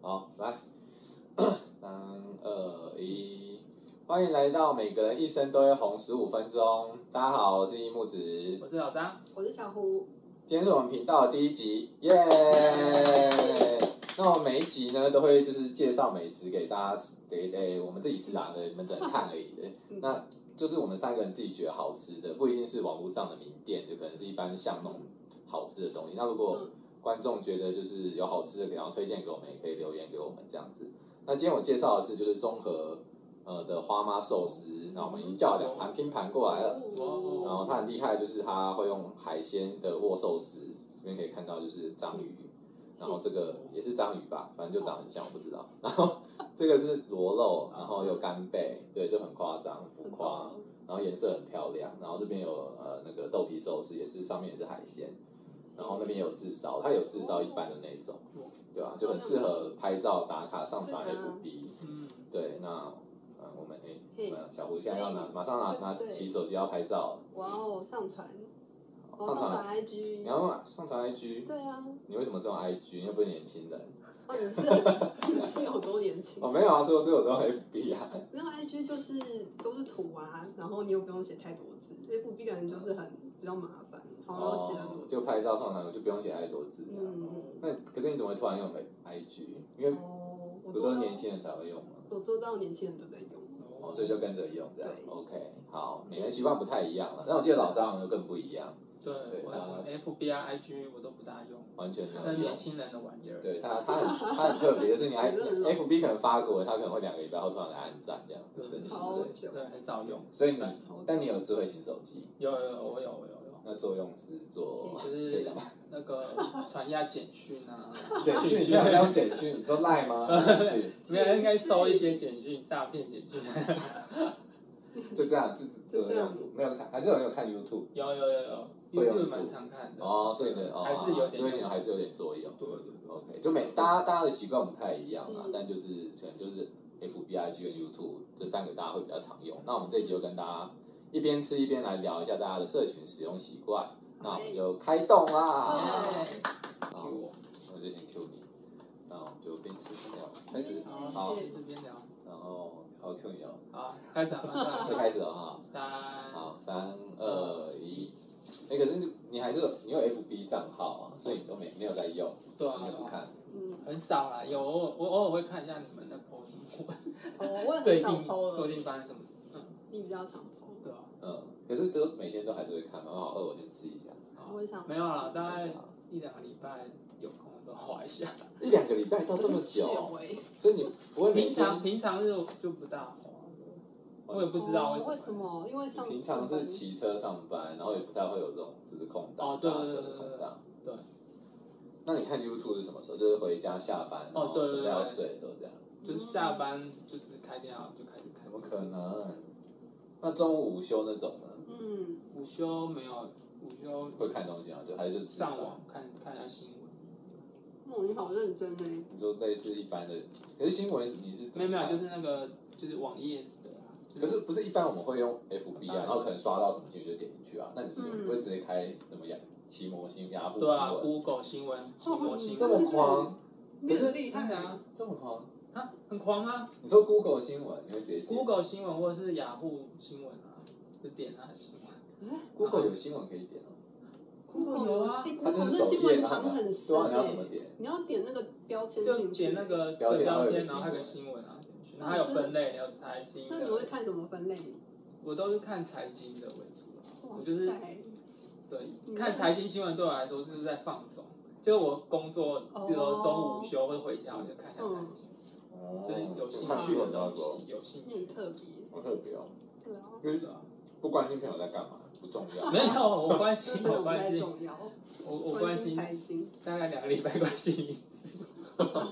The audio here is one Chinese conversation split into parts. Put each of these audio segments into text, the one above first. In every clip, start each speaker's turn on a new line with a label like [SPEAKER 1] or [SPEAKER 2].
[SPEAKER 1] 好，来， 三二一，欢迎来到每个人一生都会红十五分钟。大家好，我是一木子，
[SPEAKER 2] 我是老张，
[SPEAKER 3] 我是小胡，
[SPEAKER 1] 今天是我们频道的第一集，耶、那我们每一集呢，都会就是介绍美食给大家吃，给给我们自己吃哪的，你们只能看而已的。
[SPEAKER 3] 嗯
[SPEAKER 1] 那就是我们三个人自己觉得好吃的，不一定是网络上的名店，就可能是一般巷弄好吃的东西。那如果
[SPEAKER 3] 嗯
[SPEAKER 1] 观众觉得就是有好吃的，然后推荐给我们，也可以留言给我们这样子。那今天我介绍的是就是综合呃的花妈寿司，那我们已经叫了
[SPEAKER 3] 嗯
[SPEAKER 1] 两盘拼盘
[SPEAKER 3] 哦
[SPEAKER 1] 过来了。然后它很厉害，就是它会用海鲜的握寿司，这边可以看到就是章鱼，然后这个也是章鱼吧，反正就长得很像，我不知道。然后这个是螺肉，然后有干贝，对，就很夸张，浮
[SPEAKER 3] 很
[SPEAKER 1] 夸。
[SPEAKER 3] 棒
[SPEAKER 1] 然后颜色很漂亮，然后这边有呃那个豆皮寿司，也是上面也是海鲜，然后那边有炙烧，它有炙烧一般的那种，对啊，就很适合拍照打卡上传
[SPEAKER 3] 对啊
[SPEAKER 1] FB。
[SPEAKER 2] 嗯，
[SPEAKER 1] 对，那呃我们诶，
[SPEAKER 3] 嘿
[SPEAKER 1] 呃小胡现在要拿马上拿拿
[SPEAKER 3] 对对
[SPEAKER 1] 起手机要拍照，
[SPEAKER 3] 哇哦，上传，哦，
[SPEAKER 1] 上
[SPEAKER 3] 上
[SPEAKER 1] 传。
[SPEAKER 3] 传 IG，
[SPEAKER 1] 你要用上传 IG，
[SPEAKER 3] 对啊，
[SPEAKER 1] 你为什么是用 IG？你又不是年轻人。
[SPEAKER 3] 哦，你是你是 有多年轻
[SPEAKER 1] 哦，？没有啊，所以所以我都用 FB 啊。
[SPEAKER 3] 没有 IG 就是都是图啊，然后你又不用写太多字，FB 感觉就是很比较麻烦，好像要写很多字。
[SPEAKER 1] 哦就拍照上传，我就不用写太多字这样。
[SPEAKER 3] 啊嗯，
[SPEAKER 1] 那可是你怎么会突然用 IG？因为
[SPEAKER 3] 哦，
[SPEAKER 1] 不
[SPEAKER 3] 我
[SPEAKER 1] 都
[SPEAKER 3] 做到
[SPEAKER 1] 是年轻人才会用吗？
[SPEAKER 3] 我做到年轻人都在用，
[SPEAKER 1] 哦，所以就跟着用这样
[SPEAKER 3] 对。
[SPEAKER 1] OK，好，每个人习惯不太一样了。那我记得老张好像就更不一样，
[SPEAKER 2] 对
[SPEAKER 1] 对
[SPEAKER 2] 我
[SPEAKER 1] 他
[SPEAKER 2] 的 FB 啊 IG 我都不大用，
[SPEAKER 1] 完全没
[SPEAKER 2] 那
[SPEAKER 1] 有用
[SPEAKER 2] 年。轻人的玩意儿，
[SPEAKER 1] 对他，他很他很特别，就是你还
[SPEAKER 3] 真的很老
[SPEAKER 1] FB 可能发个文，他可能会两个礼拜后突然来按赞这样，很神奇
[SPEAKER 3] 超
[SPEAKER 1] 的。
[SPEAKER 3] 久，
[SPEAKER 2] 对，很少用。
[SPEAKER 1] 所以你
[SPEAKER 2] 但，
[SPEAKER 3] 超
[SPEAKER 1] 但
[SPEAKER 3] 久。
[SPEAKER 1] 你有智慧型手机，
[SPEAKER 2] 有有有我有我有有，
[SPEAKER 1] 那作用是做
[SPEAKER 2] 就
[SPEAKER 1] 可以
[SPEAKER 2] 是
[SPEAKER 1] 干嘛？
[SPEAKER 2] 那个传一下简讯啊，
[SPEAKER 1] 简讯，你居然用简讯，你说赖 吗？简讯
[SPEAKER 2] 没有应该收一些简讯，诈骗简讯。
[SPEAKER 1] 就这样，自己
[SPEAKER 3] 就
[SPEAKER 1] 这
[SPEAKER 3] 这样
[SPEAKER 1] 样没有看，还是有人有看 YouTube
[SPEAKER 2] 有有有有
[SPEAKER 1] 会有
[SPEAKER 2] ，YouTube 蛮常看的。
[SPEAKER 1] 哦，所以呢，哦，
[SPEAKER 2] 还是有
[SPEAKER 1] 智慧
[SPEAKER 2] 点
[SPEAKER 1] 型
[SPEAKER 2] 用。
[SPEAKER 1] 还是有点作用。
[SPEAKER 2] 对对对，
[SPEAKER 1] OK，就每大家大家的习惯不太一样啦，啊
[SPEAKER 3] 嗯
[SPEAKER 1] 但就是可能就是 FBIG 跟 YouTube 这三个大家会比较常用。那我们这一集就跟大家一边吃一边来聊一下大家的社群使用习惯。那我们就开动啦！
[SPEAKER 3] 好
[SPEAKER 2] 耶
[SPEAKER 1] 好，我就先 Q 你，那我们就边吃边聊，开始。
[SPEAKER 2] 好，
[SPEAKER 1] 好
[SPEAKER 2] 谢谢这边聊，
[SPEAKER 1] 然后好 Q 你哦，
[SPEAKER 2] 好，开始啊，马上
[SPEAKER 1] 就开始了啊！
[SPEAKER 2] 三
[SPEAKER 1] 好，三二一。哎、可是你还是有你有 FB 账号啊，所以你都没没有在用，
[SPEAKER 2] 对啊
[SPEAKER 1] 你都不，看。
[SPEAKER 3] 嗯，
[SPEAKER 2] 很少啦，有偶尔我偶尔会看一下你们在 po 什么文，
[SPEAKER 3] 哦，我也
[SPEAKER 2] 最
[SPEAKER 3] 很
[SPEAKER 2] 近
[SPEAKER 3] 常 PO
[SPEAKER 2] 最
[SPEAKER 3] 了，
[SPEAKER 2] 近发生什么事？嗯，
[SPEAKER 3] 你比较常 PO，
[SPEAKER 2] 对啊，
[SPEAKER 1] 嗯，可是都每天都还是会看嘛，我好饿，我先吃一下。
[SPEAKER 3] 我也想
[SPEAKER 2] 啊没有啦，
[SPEAKER 1] 等
[SPEAKER 2] 大概
[SPEAKER 1] 一下啊
[SPEAKER 2] 一两个礼拜有空的时候滑一下。
[SPEAKER 1] 一两个礼拜到这么
[SPEAKER 3] 很久
[SPEAKER 1] 久，
[SPEAKER 3] 哎，
[SPEAKER 1] 所以你不会每
[SPEAKER 2] 平
[SPEAKER 1] 天
[SPEAKER 2] 常？平常日就不大滑，我也不知道
[SPEAKER 3] 哦为
[SPEAKER 2] 为
[SPEAKER 3] 什
[SPEAKER 2] 什么。
[SPEAKER 3] 么，因为
[SPEAKER 1] 你
[SPEAKER 3] 上
[SPEAKER 1] 平常
[SPEAKER 3] 上
[SPEAKER 1] 是
[SPEAKER 3] 班
[SPEAKER 1] 骑车上班，然后也不太会有这种就是空档、
[SPEAKER 2] 哦对
[SPEAKER 1] 搭车的
[SPEAKER 2] 对对
[SPEAKER 1] 空档。
[SPEAKER 2] 对对
[SPEAKER 1] 那你看 YouTube 是什么时候？就是回家下班，然
[SPEAKER 2] 哦
[SPEAKER 1] 后
[SPEAKER 2] 对对
[SPEAKER 1] 准备要
[SPEAKER 2] 对
[SPEAKER 1] 睡的时候这样？
[SPEAKER 2] 就是下班就是开电脑就开始看，
[SPEAKER 1] 怎么可能？那中午午休那种呢？
[SPEAKER 3] 嗯，
[SPEAKER 2] 午休没有，午休
[SPEAKER 1] 会看东西啊，就还是就吃饭
[SPEAKER 2] 上网看看一下新闻。
[SPEAKER 3] 哦，你好认真哎，
[SPEAKER 1] 你说类似一般的，可是新闻你是怎
[SPEAKER 2] 没
[SPEAKER 1] 么
[SPEAKER 2] 有没有，
[SPEAKER 1] 看
[SPEAKER 2] 就是那个就是网页的啊啦。
[SPEAKER 1] 可是不是一般我们会用 FB 啊，
[SPEAKER 2] 嗯
[SPEAKER 1] 然后可能刷到什么新闻就点进去啊，那你是不是
[SPEAKER 3] 嗯
[SPEAKER 1] 不会直接开什么雅奇摩新雅虎新
[SPEAKER 2] 对啊
[SPEAKER 1] 闻？
[SPEAKER 2] ，Google 新闻、奇摩新
[SPEAKER 3] 你
[SPEAKER 1] 这
[SPEAKER 2] 闻，
[SPEAKER 1] 么狂，
[SPEAKER 3] 你很厉害
[SPEAKER 2] 看
[SPEAKER 3] 啊
[SPEAKER 2] 啊，
[SPEAKER 1] 这么狂？
[SPEAKER 2] 啊，很狂啊
[SPEAKER 1] 你说 Google 新闻，你会直接点
[SPEAKER 2] ！Google 新闻或者是雅虎新闻啊，就点那新闻。
[SPEAKER 1] Google 啊有新闻可以点哦，
[SPEAKER 2] Google 有啊
[SPEAKER 3] 哎
[SPEAKER 1] 它就
[SPEAKER 3] ，Google
[SPEAKER 1] 是
[SPEAKER 3] 这
[SPEAKER 1] 首
[SPEAKER 3] 新
[SPEAKER 1] 页
[SPEAKER 3] 闻
[SPEAKER 1] 然后
[SPEAKER 3] 藏
[SPEAKER 1] 呢
[SPEAKER 3] 很
[SPEAKER 1] 对
[SPEAKER 3] 深
[SPEAKER 1] 啊，你要怎么
[SPEAKER 3] 哎，
[SPEAKER 1] 点？
[SPEAKER 2] 欸
[SPEAKER 3] 你要点那个标签
[SPEAKER 2] 就
[SPEAKER 3] 进去，
[SPEAKER 2] 点那个
[SPEAKER 1] 标
[SPEAKER 2] 标
[SPEAKER 1] 签
[SPEAKER 2] 签，
[SPEAKER 1] 然后有个
[SPEAKER 2] 然后还有个新闻啊，然后还有分类，有财经
[SPEAKER 3] 那你会
[SPEAKER 2] 的，
[SPEAKER 3] 看什么分类？
[SPEAKER 2] 我都是看财经的为主啊。
[SPEAKER 3] 哇
[SPEAKER 2] 我就是
[SPEAKER 3] 塞，
[SPEAKER 2] 对，
[SPEAKER 3] 嗯
[SPEAKER 2] 看财经新闻对我来说就是在放松，就是我工作，比如
[SPEAKER 3] 哦
[SPEAKER 2] 说中午午休或者回家，我就看一下财经，
[SPEAKER 3] 嗯
[SPEAKER 1] 哦
[SPEAKER 2] 就是有兴
[SPEAKER 1] 看
[SPEAKER 2] 趣
[SPEAKER 1] 新
[SPEAKER 2] 的
[SPEAKER 1] 闻到
[SPEAKER 2] 东
[SPEAKER 1] 时候，
[SPEAKER 2] 西，有兴
[SPEAKER 3] 你很
[SPEAKER 2] 趣。
[SPEAKER 3] 特别，
[SPEAKER 1] 好特别哦，
[SPEAKER 3] 对啊，
[SPEAKER 1] 因为
[SPEAKER 2] 对啊
[SPEAKER 1] 不关心朋友在干嘛不重要。
[SPEAKER 2] 没有，我关
[SPEAKER 3] 这
[SPEAKER 2] 心，
[SPEAKER 3] 对
[SPEAKER 2] 我
[SPEAKER 3] 我们
[SPEAKER 2] 关
[SPEAKER 3] 太
[SPEAKER 2] 心，
[SPEAKER 3] 重要，
[SPEAKER 2] 我我关心
[SPEAKER 3] 心，财经，
[SPEAKER 2] 大概两个礼拜关心一次。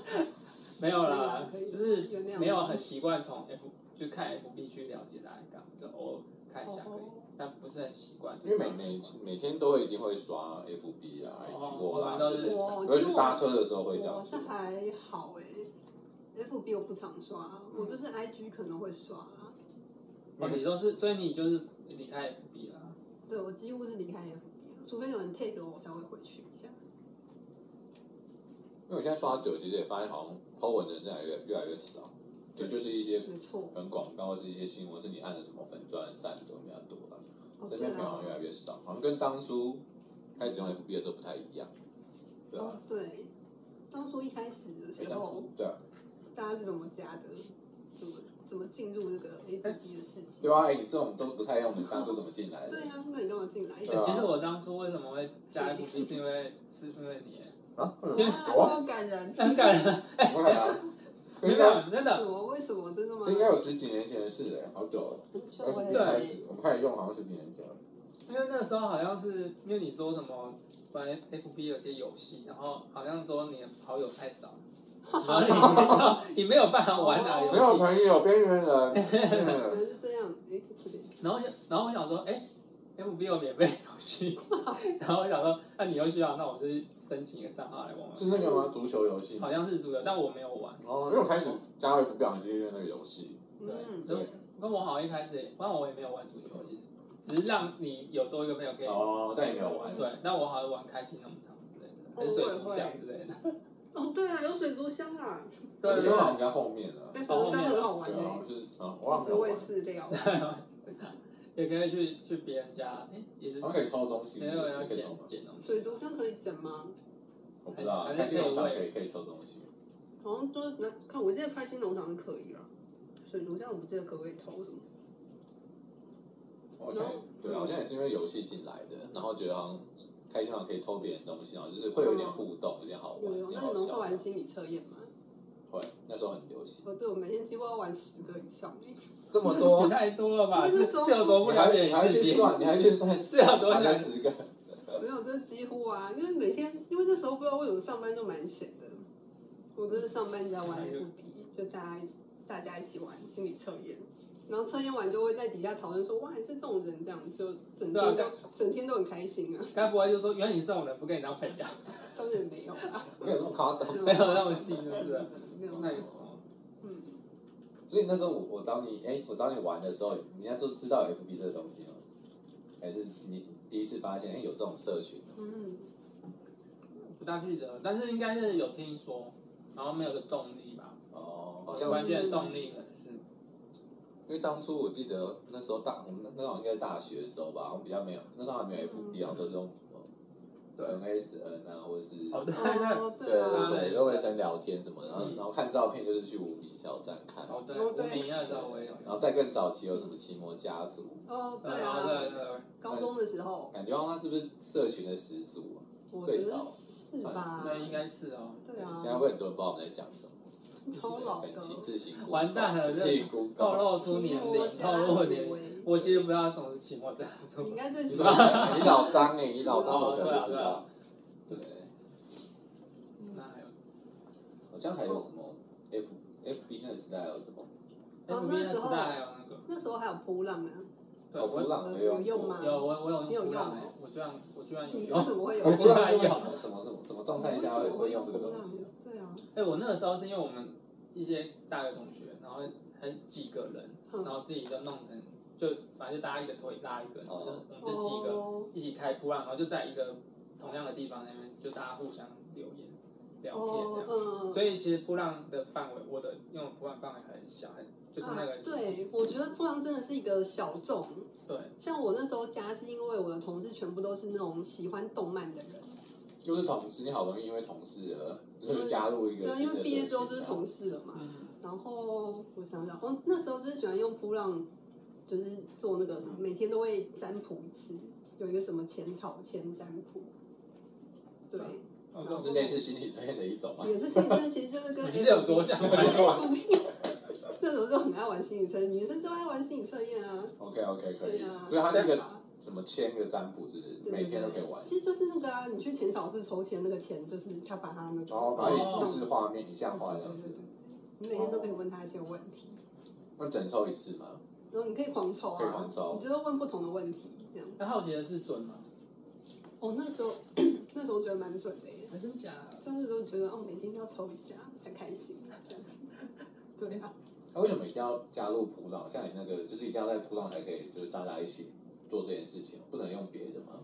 [SPEAKER 2] 没有啦，
[SPEAKER 3] 嗯可以啊
[SPEAKER 2] 就
[SPEAKER 3] 啦
[SPEAKER 2] 是
[SPEAKER 3] 原谅我
[SPEAKER 2] 没有很习惯从 F 就看 FB 去了解哪里干嘛，就偶尔看一
[SPEAKER 3] 哦
[SPEAKER 2] 下可以，但不是很习惯。
[SPEAKER 1] 因为每每每天都会一定会刷 FB 啊、
[SPEAKER 2] 哦
[SPEAKER 1] IG 我啦，
[SPEAKER 2] 我们都
[SPEAKER 1] 就是是
[SPEAKER 3] 我
[SPEAKER 1] 尤
[SPEAKER 3] 哦其
[SPEAKER 1] 其
[SPEAKER 3] 实
[SPEAKER 1] 是
[SPEAKER 3] 我
[SPEAKER 1] 搭车的时候会这
[SPEAKER 3] 我
[SPEAKER 1] 样
[SPEAKER 3] 是
[SPEAKER 1] 子。
[SPEAKER 3] 还好哎，FB 我不常刷，我就是 IG 可能会刷啦，
[SPEAKER 2] 哦，你都是，所以你就是离开 FB 啦。
[SPEAKER 3] 对我几乎是离开 FB，除非有人 tag 我才会回去一下。
[SPEAKER 1] 因为我现在刷久，其实也发现好像 Po 文的人越来越越来越少，对，就是一些
[SPEAKER 3] 没错。
[SPEAKER 1] 很广告是一些新闻，是你按了什么粉钻赞的都比较多了，
[SPEAKER 3] 哦
[SPEAKER 1] 身
[SPEAKER 3] 对
[SPEAKER 1] 边朋友好
[SPEAKER 3] 啊
[SPEAKER 1] 像越，来越少，好像跟当初开始用 FB 的时候不太一样，对
[SPEAKER 3] 哦
[SPEAKER 1] 啊，
[SPEAKER 3] 对，当初一开始的
[SPEAKER 1] 哎
[SPEAKER 3] 时
[SPEAKER 1] 当
[SPEAKER 3] 候
[SPEAKER 1] 初，对啊，
[SPEAKER 3] 大家是怎么加的？怎么怎么进入这个 A P P 的世界？
[SPEAKER 1] 对啊，哎，你这种都不太用，你当初怎么进来的
[SPEAKER 3] 对？啊，那你干嘛进来？
[SPEAKER 1] 对啊
[SPEAKER 2] 其实我当初为什么会加 F B 是因为是因为你，
[SPEAKER 1] 啊，为什 么
[SPEAKER 4] 哇，这么感人，
[SPEAKER 2] 很感人，
[SPEAKER 1] 我不会啊，
[SPEAKER 2] 没
[SPEAKER 1] 应 该
[SPEAKER 2] 有真
[SPEAKER 3] 什
[SPEAKER 2] 的，
[SPEAKER 3] 么？为什么？真的吗？
[SPEAKER 1] 应该有十几年前的事哎，好久了
[SPEAKER 4] 很久
[SPEAKER 1] ，FB
[SPEAKER 2] 对
[SPEAKER 1] 开始，我们开始用好像十几年前了，
[SPEAKER 2] 因为那时候好像是因为你说什么玩 F B 有些游戏，然后好像说你的好友太少，然后 你没有你没有办法玩哪个
[SPEAKER 1] 没有
[SPEAKER 2] 游戏，
[SPEAKER 1] 朋友，边缘人，
[SPEAKER 3] 原
[SPEAKER 1] 嗯
[SPEAKER 3] 来是这样，哎，不吃点。
[SPEAKER 2] 然后我想然后我想说，哎、f B 有免费游戏， 然后我想说，那、你又需要，那我就去申请一个账号来玩玩。
[SPEAKER 1] 是那个吗？足球游戏吗
[SPEAKER 2] 好？像是主流，但我没有玩。
[SPEAKER 1] 哦，因为我开始加入 F 表，就是因为那个游戏。
[SPEAKER 3] 嗯，
[SPEAKER 1] 对，
[SPEAKER 2] 跟我好像一开始，不然我也没有玩足球，其实只是让你有多一个朋友可以玩。
[SPEAKER 1] 哦，但也没有玩。
[SPEAKER 2] 对，那我好像玩开心农场之类的，还是水族箱之类的。
[SPEAKER 3] 哦，对啊，有水族箱啊，
[SPEAKER 1] 我
[SPEAKER 2] 对
[SPEAKER 1] 觉
[SPEAKER 2] 对
[SPEAKER 1] 得好像比较后面了。
[SPEAKER 3] 那水族箱很好玩
[SPEAKER 1] 嗯对啊，
[SPEAKER 3] 的，
[SPEAKER 1] 就是啊，我好像没
[SPEAKER 3] 是
[SPEAKER 1] 有
[SPEAKER 3] 喂
[SPEAKER 1] 玩，
[SPEAKER 3] 饲
[SPEAKER 2] 对，
[SPEAKER 3] 料。
[SPEAKER 2] 也可以去去别人家，哎，也是
[SPEAKER 1] 好像哦可以偷东西，
[SPEAKER 2] 没有要
[SPEAKER 1] 也可以
[SPEAKER 2] 捡
[SPEAKER 1] 偷吗？
[SPEAKER 2] 捡东西。
[SPEAKER 3] 水族箱可以整吗？
[SPEAKER 1] 我不知道，
[SPEAKER 2] 还
[SPEAKER 1] 开
[SPEAKER 2] 还是
[SPEAKER 1] 心
[SPEAKER 2] 可以
[SPEAKER 1] 农场
[SPEAKER 2] 喂
[SPEAKER 1] 可以可以偷东西。
[SPEAKER 3] 好像就是那看，我记得开心农场是可以啊，水族箱我不记得可不可以偷什么。
[SPEAKER 1] 我好像也对啊，我现在也是因为游戏进来的，然后觉得好像开心农可以偷别人东西，然后就是会有一
[SPEAKER 2] 啊
[SPEAKER 1] 点互动，有点好玩，
[SPEAKER 3] 有
[SPEAKER 1] 有
[SPEAKER 3] 有，
[SPEAKER 1] 点
[SPEAKER 3] 那
[SPEAKER 1] 好
[SPEAKER 3] 你们会
[SPEAKER 1] 笑。
[SPEAKER 3] 玩心理测验吗？
[SPEAKER 1] 会，那时候很流行。
[SPEAKER 3] 哦，对，我每天几乎要玩十个以上。
[SPEAKER 1] 这么
[SPEAKER 2] 也
[SPEAKER 1] 多，
[SPEAKER 2] 太多了吧？
[SPEAKER 3] 不是
[SPEAKER 2] 是
[SPEAKER 3] 说
[SPEAKER 2] 是有多不
[SPEAKER 1] 你
[SPEAKER 2] 了
[SPEAKER 1] 还
[SPEAKER 2] 解
[SPEAKER 1] 你还
[SPEAKER 2] 你自
[SPEAKER 1] 去
[SPEAKER 2] 己？
[SPEAKER 1] 算，你还去算，
[SPEAKER 2] 是有多
[SPEAKER 1] 大概
[SPEAKER 2] 想？
[SPEAKER 1] 十个。
[SPEAKER 3] 没有，就是几乎啊，因为每天，因为那时候不知道为什么上班就蛮闲的，我就是上班在玩 FB，就大家一起大家一起玩心理测验，然后测验完就会在底下讨论说，哇，你是这种人，这样就整天
[SPEAKER 2] 对啊
[SPEAKER 3] 都、整天都很开心啊，
[SPEAKER 2] 该不会就说原来你这种人不跟你当朋友，
[SPEAKER 3] 当然没有啊，
[SPEAKER 1] 没有那么夸张，
[SPEAKER 2] 没有那么细，就是啊了。
[SPEAKER 3] 没有，
[SPEAKER 2] 那有
[SPEAKER 3] 嗯，
[SPEAKER 1] 所以那时候我我找你，哎、我找你玩的时候，你那时候知道有 FB 这个东西吗？还是你第一次发现，哎、有这种社群？
[SPEAKER 3] 嗯，
[SPEAKER 2] 不大记得，但是应该是有听说，然后没有个动力吧？
[SPEAKER 1] 哦，好像
[SPEAKER 2] 关
[SPEAKER 1] 是，
[SPEAKER 2] 键的动力可能是
[SPEAKER 1] 因为当初我记得那时候大，我们那那时候应该是大学的时候吧，我们比较没有，那时候还没有 FB，然后都是用
[SPEAKER 2] 嗯对
[SPEAKER 1] MSN 啊，或者是
[SPEAKER 2] 哦，对对
[SPEAKER 3] 哦，
[SPEAKER 1] 对
[SPEAKER 3] 啊，
[SPEAKER 1] 对
[SPEAKER 2] 对
[SPEAKER 1] 对，用 MSN 聊天什么的，然后然后看照片就是去无名小站看，
[SPEAKER 2] 哦对，
[SPEAKER 3] 哦
[SPEAKER 2] 无
[SPEAKER 3] 对
[SPEAKER 2] 名那时候我也有
[SPEAKER 1] 然后再更早期有什么奇摩家族，
[SPEAKER 3] 哦，对
[SPEAKER 2] 对
[SPEAKER 3] 啊，
[SPEAKER 2] 对对，
[SPEAKER 3] 高中的时候，
[SPEAKER 1] 感觉好像是不是社群的始祖啊？
[SPEAKER 3] 我觉
[SPEAKER 1] 最
[SPEAKER 3] 得
[SPEAKER 1] 早
[SPEAKER 3] 是
[SPEAKER 1] 算
[SPEAKER 3] 吧，
[SPEAKER 2] 那应该是哦。
[SPEAKER 3] 对啊
[SPEAKER 1] 现，在会很多人不知道我们在讲什么。
[SPEAKER 3] 超老的
[SPEAKER 1] 很，精致型股，
[SPEAKER 2] 完蛋了
[SPEAKER 1] 自己股
[SPEAKER 2] 透
[SPEAKER 1] 高，
[SPEAKER 2] 露出年龄，透露年龄。我其实不知道什么是期末战
[SPEAKER 3] 你 应
[SPEAKER 2] 术，
[SPEAKER 3] 该最
[SPEAKER 1] 你
[SPEAKER 3] 喜
[SPEAKER 1] 怎
[SPEAKER 3] 欢
[SPEAKER 1] 么。你老张哎、你老张我
[SPEAKER 2] 哦
[SPEAKER 1] 真
[SPEAKER 2] 对
[SPEAKER 1] 的
[SPEAKER 2] 啊
[SPEAKER 1] 不知
[SPEAKER 2] 对啊
[SPEAKER 1] 道。对，
[SPEAKER 2] 那还有
[SPEAKER 1] 好像还有什么 F F B 那个时代还有什么？
[SPEAKER 2] F B 那时代还有那个，
[SPEAKER 3] 那时候还有扑浪啊，
[SPEAKER 2] 对，
[SPEAKER 1] 哦，普
[SPEAKER 2] 我
[SPEAKER 1] 朗没有
[SPEAKER 3] 有用吗
[SPEAKER 2] 有我我有用过哎，我居然我居然有
[SPEAKER 3] 你为
[SPEAKER 2] 用。
[SPEAKER 3] 什么会有？
[SPEAKER 1] 我
[SPEAKER 2] 居
[SPEAKER 1] 知
[SPEAKER 2] 然
[SPEAKER 1] 道是
[SPEAKER 2] 有
[SPEAKER 1] 什么什么什么什么状态下会会用这个东西啊？
[SPEAKER 3] 对啊，
[SPEAKER 2] 哎，我那个时候是因为我们一些大学同学，然后很几个人，
[SPEAKER 3] 嗯
[SPEAKER 2] 然后自己就弄成，就反正就搭一个推拉一个，然后就我们就几个
[SPEAKER 3] 哦，
[SPEAKER 2] 一起开扑浪，然后就在一个同样的地方那边，就大家互相留言聊天这样。
[SPEAKER 3] 哦，嗯，
[SPEAKER 2] 所以其实波浪的范围，我的因为我波浪范围很小，很就是那个、
[SPEAKER 3] 啊对，我觉得布朗真的是一个小众。
[SPEAKER 2] 对，
[SPEAKER 3] 像我那时候加是因为我的同事全部都是那种喜欢动漫的人，
[SPEAKER 1] 就是同事，你好容易因为同事而就是加入一个
[SPEAKER 3] 对，啊
[SPEAKER 1] 新
[SPEAKER 3] 因为
[SPEAKER 1] 的
[SPEAKER 3] 毕业之后就
[SPEAKER 1] 社
[SPEAKER 3] 是
[SPEAKER 1] 群
[SPEAKER 3] 同事了嘛。
[SPEAKER 2] 嗯，
[SPEAKER 3] 然后我想想，哦，那时候就是喜欢用扑浪，就是做那个什么，每天都会占卜一次，有一个什么浅草千占卜，对，
[SPEAKER 2] 哦
[SPEAKER 1] 就是类似心理测验的一种嘛。
[SPEAKER 3] 也是心理测验，其实就是 跟
[SPEAKER 2] 你是有多想
[SPEAKER 3] 那时候就很爱玩心理测验，女生就爱玩心理测验啊。
[SPEAKER 1] OK OK 可
[SPEAKER 3] 对
[SPEAKER 1] 以
[SPEAKER 3] 啊，，
[SPEAKER 1] 所以它那
[SPEAKER 3] 对
[SPEAKER 1] 个
[SPEAKER 3] 吧
[SPEAKER 1] 什么签个占卜是不是
[SPEAKER 3] 对
[SPEAKER 1] 每天都可以玩，
[SPEAKER 3] 其实就是那个啊，你去浅草寺筹钱，那个钱就是他把他那个，
[SPEAKER 1] 然后把
[SPEAKER 2] 哦
[SPEAKER 1] 一就是画面一下画这样
[SPEAKER 3] 对对
[SPEAKER 1] 子
[SPEAKER 3] 对，你每天都可以问他一些问题，
[SPEAKER 1] 那整抽一次嘛，
[SPEAKER 3] 然后你可以狂抽
[SPEAKER 1] 可以
[SPEAKER 3] 啊
[SPEAKER 1] 狂，抽
[SPEAKER 3] 你。就是问不同的问题这样。
[SPEAKER 2] 那好奇的是准吗？
[SPEAKER 3] 哦，那时候 那时候觉得蛮准的耶。
[SPEAKER 2] 还真假？
[SPEAKER 3] 但是都觉得哦，每天都要抽一下才开心，这样。对啊，
[SPEAKER 1] 那为什么一定要加入普朗？像你那个，就是一定要在普朗才可以，就是大家一起做这件事情，不能用别的嘛。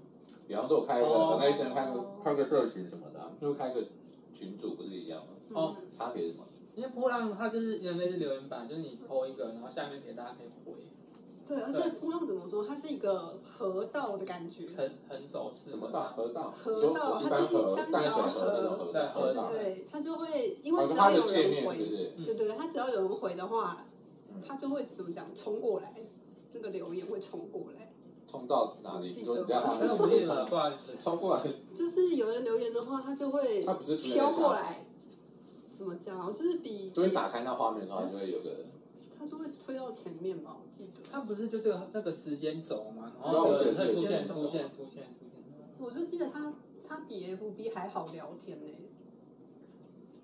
[SPEAKER 1] 比方说，我开一个，
[SPEAKER 2] 哦
[SPEAKER 1] 我开一开个开个社群什么的啊，就开个群主不是一样吗？
[SPEAKER 2] 哦
[SPEAKER 3] 嗯
[SPEAKER 1] 差别是什么？
[SPEAKER 2] 因为哎波浪它就是有点类似留言板，就是你 PO 一个，然后下面给大家可以回，
[SPEAKER 3] 对，而且波浪怎么说，它是一个河道的感觉，
[SPEAKER 2] 很很走势。
[SPEAKER 1] 什么大？河道？
[SPEAKER 3] 河
[SPEAKER 1] 说
[SPEAKER 3] 道
[SPEAKER 1] 一般
[SPEAKER 3] 它是
[SPEAKER 1] 河
[SPEAKER 3] 一箱
[SPEAKER 1] 淡水
[SPEAKER 3] 条
[SPEAKER 1] 河那种河
[SPEAKER 2] 对
[SPEAKER 1] 道，
[SPEAKER 2] 河
[SPEAKER 3] 对
[SPEAKER 1] 河
[SPEAKER 2] 道
[SPEAKER 1] 道
[SPEAKER 3] 对。对，它就会因为
[SPEAKER 1] 哦
[SPEAKER 3] 只
[SPEAKER 1] 它
[SPEAKER 3] 要
[SPEAKER 1] 的
[SPEAKER 3] 有
[SPEAKER 1] 界
[SPEAKER 3] 人
[SPEAKER 1] 面是不
[SPEAKER 3] 回，
[SPEAKER 1] 是？
[SPEAKER 2] 嗯
[SPEAKER 3] 对对，它只要有人回的话，
[SPEAKER 1] 嗯
[SPEAKER 3] 它就会怎么讲冲过来，那个留言会冲过来。
[SPEAKER 1] 冲到哪里？你说你要
[SPEAKER 3] 啊
[SPEAKER 1] 他
[SPEAKER 2] 那
[SPEAKER 1] 们不
[SPEAKER 2] 我也
[SPEAKER 1] 是
[SPEAKER 2] 了，
[SPEAKER 1] 冲
[SPEAKER 2] 不好意思。
[SPEAKER 1] 冲过来，
[SPEAKER 3] 就是有人留言的话，它就会
[SPEAKER 1] 它不是出现在
[SPEAKER 3] 飘
[SPEAKER 1] 下
[SPEAKER 3] 过
[SPEAKER 1] 面，
[SPEAKER 3] 来，怎么讲？啊就是比
[SPEAKER 1] 就是打开那画面的时候，它就会有个
[SPEAKER 3] 它就会推到前面吧，我记得。
[SPEAKER 2] 它不是就这个那个时间轴嘛，然
[SPEAKER 1] 对啊
[SPEAKER 2] 后
[SPEAKER 1] 我
[SPEAKER 2] 有
[SPEAKER 1] 觉得
[SPEAKER 2] 人
[SPEAKER 1] 是
[SPEAKER 2] 会出
[SPEAKER 1] 有
[SPEAKER 2] 现
[SPEAKER 1] 时间轴
[SPEAKER 2] 出现出现出现。
[SPEAKER 3] 我就记得它它比 FB 还好聊天呢、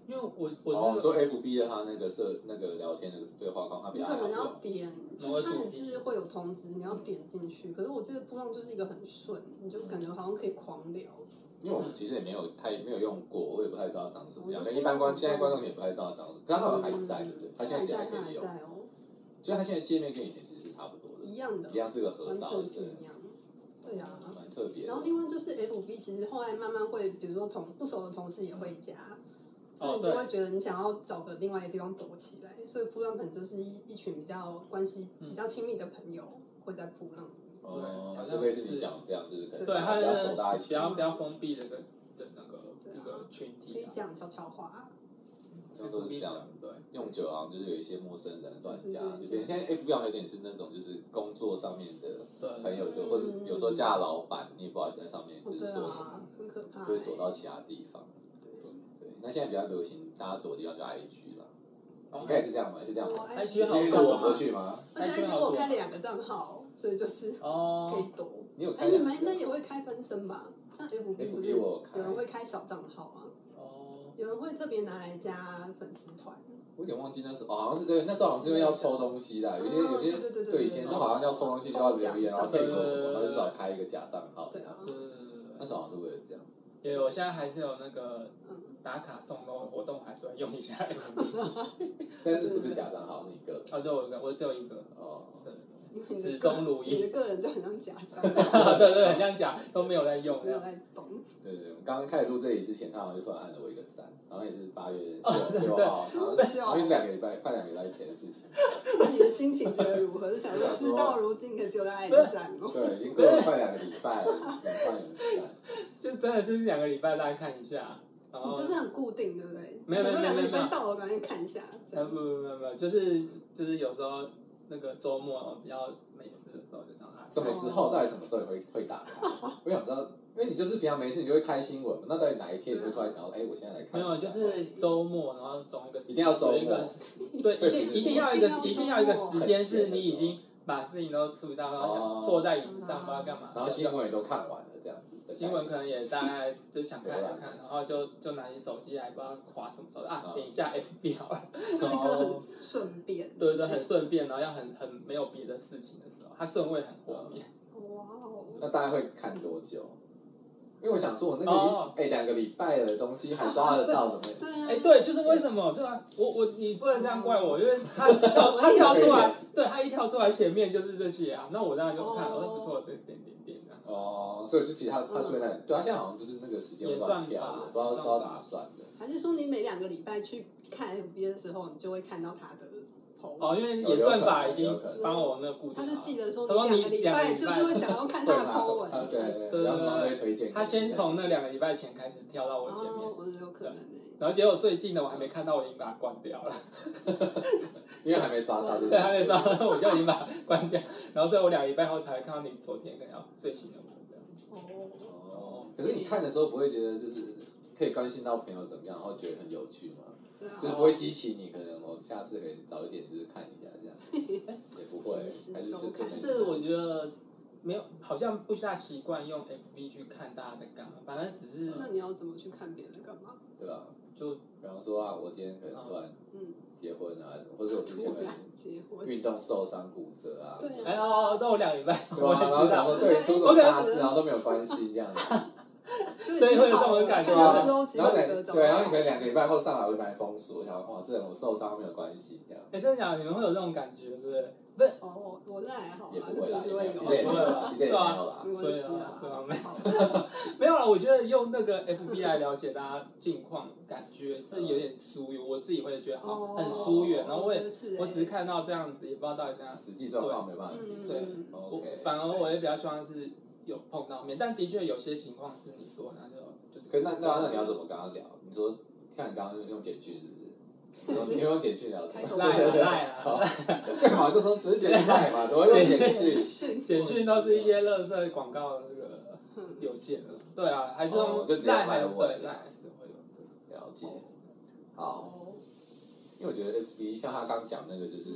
[SPEAKER 2] 因为我
[SPEAKER 1] 哦，
[SPEAKER 2] 我
[SPEAKER 1] 你
[SPEAKER 2] 这个
[SPEAKER 1] 说 FB 的它那个设那个聊天的对话框，它比
[SPEAKER 3] 你
[SPEAKER 1] 较
[SPEAKER 3] 可能
[SPEAKER 1] 好
[SPEAKER 3] 要
[SPEAKER 1] 用。
[SPEAKER 3] 点，就是它也是会有通知，你要点进去。可是我这个波浪就是一个很顺，你就感觉好像可以狂聊。
[SPEAKER 1] 因为我们其实也没有太没有用过，我也不太知道它长什
[SPEAKER 3] 哦
[SPEAKER 1] 么样。跟一般观现在观众也不太知道它长什么，但它好像还是在，对不对？它现在
[SPEAKER 3] 嗯还
[SPEAKER 1] 也
[SPEAKER 3] 在
[SPEAKER 1] 还
[SPEAKER 3] 它
[SPEAKER 1] 可
[SPEAKER 3] 还
[SPEAKER 1] 以用，
[SPEAKER 3] 在嗯哦，
[SPEAKER 1] 所以它现在界面跟以前其实是差不多的，
[SPEAKER 3] 一样的
[SPEAKER 1] 一，样是个河
[SPEAKER 3] 完
[SPEAKER 1] 道，
[SPEAKER 3] 全是
[SPEAKER 1] 是
[SPEAKER 3] 一样。对啊。
[SPEAKER 1] 蛮特别的
[SPEAKER 3] 然。后另外就是 FB，其实后来慢慢会，比如说同不熟的同事也会加，所
[SPEAKER 1] 哦
[SPEAKER 3] 以你就会觉得你想要找个另外一个地方躲起来。所以扑浪可能就是一一群比较关系
[SPEAKER 1] 嗯
[SPEAKER 3] 比较亲密的朋友会在扑浪里面。
[SPEAKER 1] 哦，就类似你讲的这样，就是可能
[SPEAKER 2] 对它
[SPEAKER 1] 比较熟大家一
[SPEAKER 2] 的
[SPEAKER 1] 起
[SPEAKER 2] 比。较比较封闭的一个的那个一个群
[SPEAKER 3] 可
[SPEAKER 2] 体
[SPEAKER 3] 以
[SPEAKER 2] 啊，
[SPEAKER 3] 讲悄悄话，
[SPEAKER 1] 这都是这样
[SPEAKER 2] 对。
[SPEAKER 1] 用久了，就是有一些陌生人转加，
[SPEAKER 3] 对对
[SPEAKER 1] 就
[SPEAKER 3] 对
[SPEAKER 1] 变成现在 F B 有点是那种就是工作上面的朋
[SPEAKER 2] 对，
[SPEAKER 1] 友，就
[SPEAKER 3] 嗯
[SPEAKER 1] 或是有时候嫁老板，你也不好意思在上面就
[SPEAKER 3] 哦
[SPEAKER 1] 是
[SPEAKER 3] 对
[SPEAKER 1] 说什么，
[SPEAKER 3] 啊，很可怕、
[SPEAKER 1] 就会躲
[SPEAKER 3] 欸。
[SPEAKER 1] 到其他地方。
[SPEAKER 3] 对
[SPEAKER 1] 对，那现在比较流行，大家躲的地方就 I G 了，
[SPEAKER 2] 哦
[SPEAKER 1] 应该也是这样吧？也是这样
[SPEAKER 3] 我
[SPEAKER 1] 吧？
[SPEAKER 3] 爱
[SPEAKER 2] 还需要
[SPEAKER 1] 是因为
[SPEAKER 2] 哎好啊哎
[SPEAKER 1] 躲
[SPEAKER 2] 躲
[SPEAKER 1] 不去吗？
[SPEAKER 3] 而且 IG
[SPEAKER 2] 啊
[SPEAKER 3] 我开两个账号，所以就是可
[SPEAKER 2] 哦
[SPEAKER 3] 以，躲。
[SPEAKER 1] 你有
[SPEAKER 3] 哎，
[SPEAKER 1] 开
[SPEAKER 3] 你们应该也会开分身吧？像 FB 不是
[SPEAKER 1] FB 我有开
[SPEAKER 3] 有人会开小账号啊，
[SPEAKER 2] 哦，
[SPEAKER 3] 有人会特别拿来加粉丝团。
[SPEAKER 1] 我有点忘记那时候，哦，好像是对，那时候好像是因为要抽东西的，有些有些
[SPEAKER 3] 啊对对对对
[SPEAKER 1] 对以前都好像要抽东西就要留言，然后退
[SPEAKER 2] 抽
[SPEAKER 1] 个
[SPEAKER 2] 奖
[SPEAKER 1] 什么，然后就只好开一个假账号。
[SPEAKER 3] 对啊，
[SPEAKER 2] 对
[SPEAKER 1] 那时候好像是为了这样。
[SPEAKER 2] 对，有，我现在还是有那个
[SPEAKER 3] 嗯，
[SPEAKER 2] 打卡送的活动，还是会用一 下。
[SPEAKER 1] 但是不是假账号，是一个
[SPEAKER 2] 哦，对，我有一个，我只有一个，
[SPEAKER 1] 哦，
[SPEAKER 3] 因为你的
[SPEAKER 2] 始
[SPEAKER 3] 个
[SPEAKER 2] 终如
[SPEAKER 3] 你
[SPEAKER 2] 一。
[SPEAKER 3] 的个人就很像假账，
[SPEAKER 2] 对啊对，对你这样讲都没有在用
[SPEAKER 3] 没。有在懂。
[SPEAKER 1] 对对，我们刚刚开始录这里之前，他好像就突然按了我一个赞，然后也是八月六
[SPEAKER 3] 哦
[SPEAKER 2] 对
[SPEAKER 1] 六号，然后
[SPEAKER 3] 好笑
[SPEAKER 1] 然后就是两个礼拜，快两个礼拜前的事情。
[SPEAKER 3] 那你的心情觉得 如何？就想说事到如今可以丢在爱的赞哦。
[SPEAKER 1] 对，已经过了快两个礼拜了，很快两个礼拜。
[SPEAKER 2] 就真的就是两个礼拜大家看一下，然后
[SPEAKER 3] 你就是很固定，对不对？
[SPEAKER 2] 哦没有没有
[SPEAKER 3] 整个两个
[SPEAKER 2] 没
[SPEAKER 3] 礼
[SPEAKER 2] 有没
[SPEAKER 3] 拜
[SPEAKER 2] 有
[SPEAKER 3] 到了，赶紧看一下。这
[SPEAKER 2] 呃
[SPEAKER 3] 样
[SPEAKER 2] 不不不不，就是就是有时候那个周末比较没事的时候就哎这样看。
[SPEAKER 1] 什么时候？到底什么时候会会打开？我想知道，因为你就是平常没事你就会开新闻嘛，那到底哪一天你会突然想到，哎，我现在来看
[SPEAKER 2] 没
[SPEAKER 1] 一下？
[SPEAKER 2] 有，啊就是周末，然后总一个时
[SPEAKER 1] 一定要周末
[SPEAKER 2] 有一个 对，一定一定要一个一定要一个时间是你已经把事情都处理到，然后想坐在椅子上不知道干嘛。
[SPEAKER 1] 哦然后新闻也都看完了，这样子。
[SPEAKER 2] 新闻可能也大概就想看
[SPEAKER 1] 啊
[SPEAKER 2] 想看，然后就就拿起手机来不知道划什么时候
[SPEAKER 1] 嗯
[SPEAKER 2] 啊，点一下 FB 好了。
[SPEAKER 3] 就是一个很顺便。
[SPEAKER 2] 对对，很顺便，然后要很很没有别的事情的时候，它顺位很后
[SPEAKER 1] 嗯
[SPEAKER 2] 面。
[SPEAKER 3] 哇哦，
[SPEAKER 1] 那大概会看多久？因为我想说，我那个已经
[SPEAKER 2] 哦
[SPEAKER 1] 哎两个礼拜的东西还刷得到的，
[SPEAKER 3] 对啊
[SPEAKER 2] 哎，，对，就是为什么？对啊，我我你不能这样怪我，因 为他跳他跳出来，对他一跳出来前面就是这些啊，那我当然就看，我说不错，点点点点啊。
[SPEAKER 1] 哦，所以就其实他他出现在，
[SPEAKER 2] 嗯
[SPEAKER 1] 对他现在好像就是那个时间会乱跳的，不知道不知道怎么算的。
[SPEAKER 3] 还是说你每两个礼拜去看 FB 的时候，你就会看到他的头？
[SPEAKER 2] 哦，因为演算法已经
[SPEAKER 1] 有可能
[SPEAKER 2] 帮我那个固定
[SPEAKER 3] 他
[SPEAKER 2] 好
[SPEAKER 3] 就记
[SPEAKER 2] 了。啊
[SPEAKER 3] 得说你两个礼拜就是会想要看
[SPEAKER 1] 会
[SPEAKER 3] 他的
[SPEAKER 1] 拿
[SPEAKER 3] po
[SPEAKER 1] 他
[SPEAKER 3] 文，
[SPEAKER 1] 对对，然后常会推荐。
[SPEAKER 2] 啊他先从那两个礼拜前开始跳到我前
[SPEAKER 3] 哦
[SPEAKER 2] 面，，
[SPEAKER 3] 我有可能哎。
[SPEAKER 2] 然后结果最近的我还没看到，我已经把它关掉了。
[SPEAKER 1] 因为还没刷 到，
[SPEAKER 2] 对，还没上，我就已经把它关掉。然后所以我两个礼拜后才会看到你昨天跟要最新的我这样。
[SPEAKER 3] 哦，
[SPEAKER 1] 哦，可是你看的时候不会觉得就是可以关心到朋友怎么样，然后觉得很有趣吗？
[SPEAKER 3] 对啊
[SPEAKER 1] 就，是不会激起你，可能我下次可以早一点就是看一下这样， 也不会，还是就可能
[SPEAKER 2] 是我觉得没有，好像不太习惯用 FB 去看大家在干嘛，反正只是
[SPEAKER 3] 那你要怎么去看别人干嘛？
[SPEAKER 1] 对吧？
[SPEAKER 2] 就
[SPEAKER 1] 比方说啊，我今天可能突然
[SPEAKER 3] 嗯，
[SPEAKER 1] 结婚啊，什么，或者我之前
[SPEAKER 3] 突
[SPEAKER 1] 可能
[SPEAKER 3] 然结婚，
[SPEAKER 1] 运动受伤骨折啊，
[SPEAKER 3] 哦对啊
[SPEAKER 2] 哎哦，到我两个礼拜，
[SPEAKER 1] 对啊，然后
[SPEAKER 2] 知
[SPEAKER 1] 想
[SPEAKER 2] 道
[SPEAKER 1] 说对出什么大事，然后都没有关系这样子，
[SPEAKER 3] 就
[SPEAKER 2] 所
[SPEAKER 3] 已
[SPEAKER 2] 以会有
[SPEAKER 3] 经
[SPEAKER 2] 这
[SPEAKER 3] 好
[SPEAKER 2] 种
[SPEAKER 3] 了。
[SPEAKER 2] 感
[SPEAKER 3] 看
[SPEAKER 2] 觉
[SPEAKER 3] 到
[SPEAKER 2] 吗
[SPEAKER 3] 之后只
[SPEAKER 1] 然后
[SPEAKER 3] 有
[SPEAKER 1] 两
[SPEAKER 3] 这种。
[SPEAKER 1] 对，然后你可能两个礼拜后上来我就把你封锁，然后哇，这人我受伤没有关系，这样
[SPEAKER 2] 哎、真的假的？你们会有这种感觉，对不对？
[SPEAKER 3] 哦，我那还好
[SPEAKER 1] 也
[SPEAKER 3] 啊，
[SPEAKER 1] 不
[SPEAKER 3] 那
[SPEAKER 1] 会啦，
[SPEAKER 3] 我
[SPEAKER 1] 也
[SPEAKER 3] 就
[SPEAKER 1] 没
[SPEAKER 3] 会
[SPEAKER 1] 有，
[SPEAKER 3] 有
[SPEAKER 1] 其实也没有
[SPEAKER 3] 啊
[SPEAKER 1] 啦，其实也没有啦。
[SPEAKER 3] 没关系啦，
[SPEAKER 2] 对啊对
[SPEAKER 3] 好
[SPEAKER 2] 没有啦，我觉得用那个 FB 来了解大家近况，感觉是有点疏远，我自己会觉得好
[SPEAKER 3] 哦
[SPEAKER 2] 很疏远，然后我也
[SPEAKER 3] 真是欸
[SPEAKER 2] 我只是看到这样子，也不知道到底怎样。
[SPEAKER 1] 实际状况没办法解
[SPEAKER 2] 对
[SPEAKER 1] 决。
[SPEAKER 3] 嗯，
[SPEAKER 2] 我
[SPEAKER 1] OK，
[SPEAKER 2] 反而我也比较希望是有碰到面，但的确有些情况是你说的，那就就是。
[SPEAKER 1] 可是那那那你要怎么跟他聊？你说看你刚刚用简讯是 不是？你用你用简讯聊天
[SPEAKER 3] 开？头
[SPEAKER 2] 赖啊赖啊
[SPEAKER 1] 好，干嘛？这时候只是觉得赖嘛，怎么会用简讯？
[SPEAKER 3] 是
[SPEAKER 2] 简讯都是一些垃圾广告的这个
[SPEAKER 3] 嗯
[SPEAKER 2] 邮件了。对啊，还是
[SPEAKER 1] 哦就直
[SPEAKER 2] 用
[SPEAKER 1] 接
[SPEAKER 2] 赖还是
[SPEAKER 1] 赖问
[SPEAKER 2] 对赖还是会有的。
[SPEAKER 1] 了 解。好，
[SPEAKER 3] 哦，
[SPEAKER 1] 因为我觉得 FB 像他刚讲那个，就是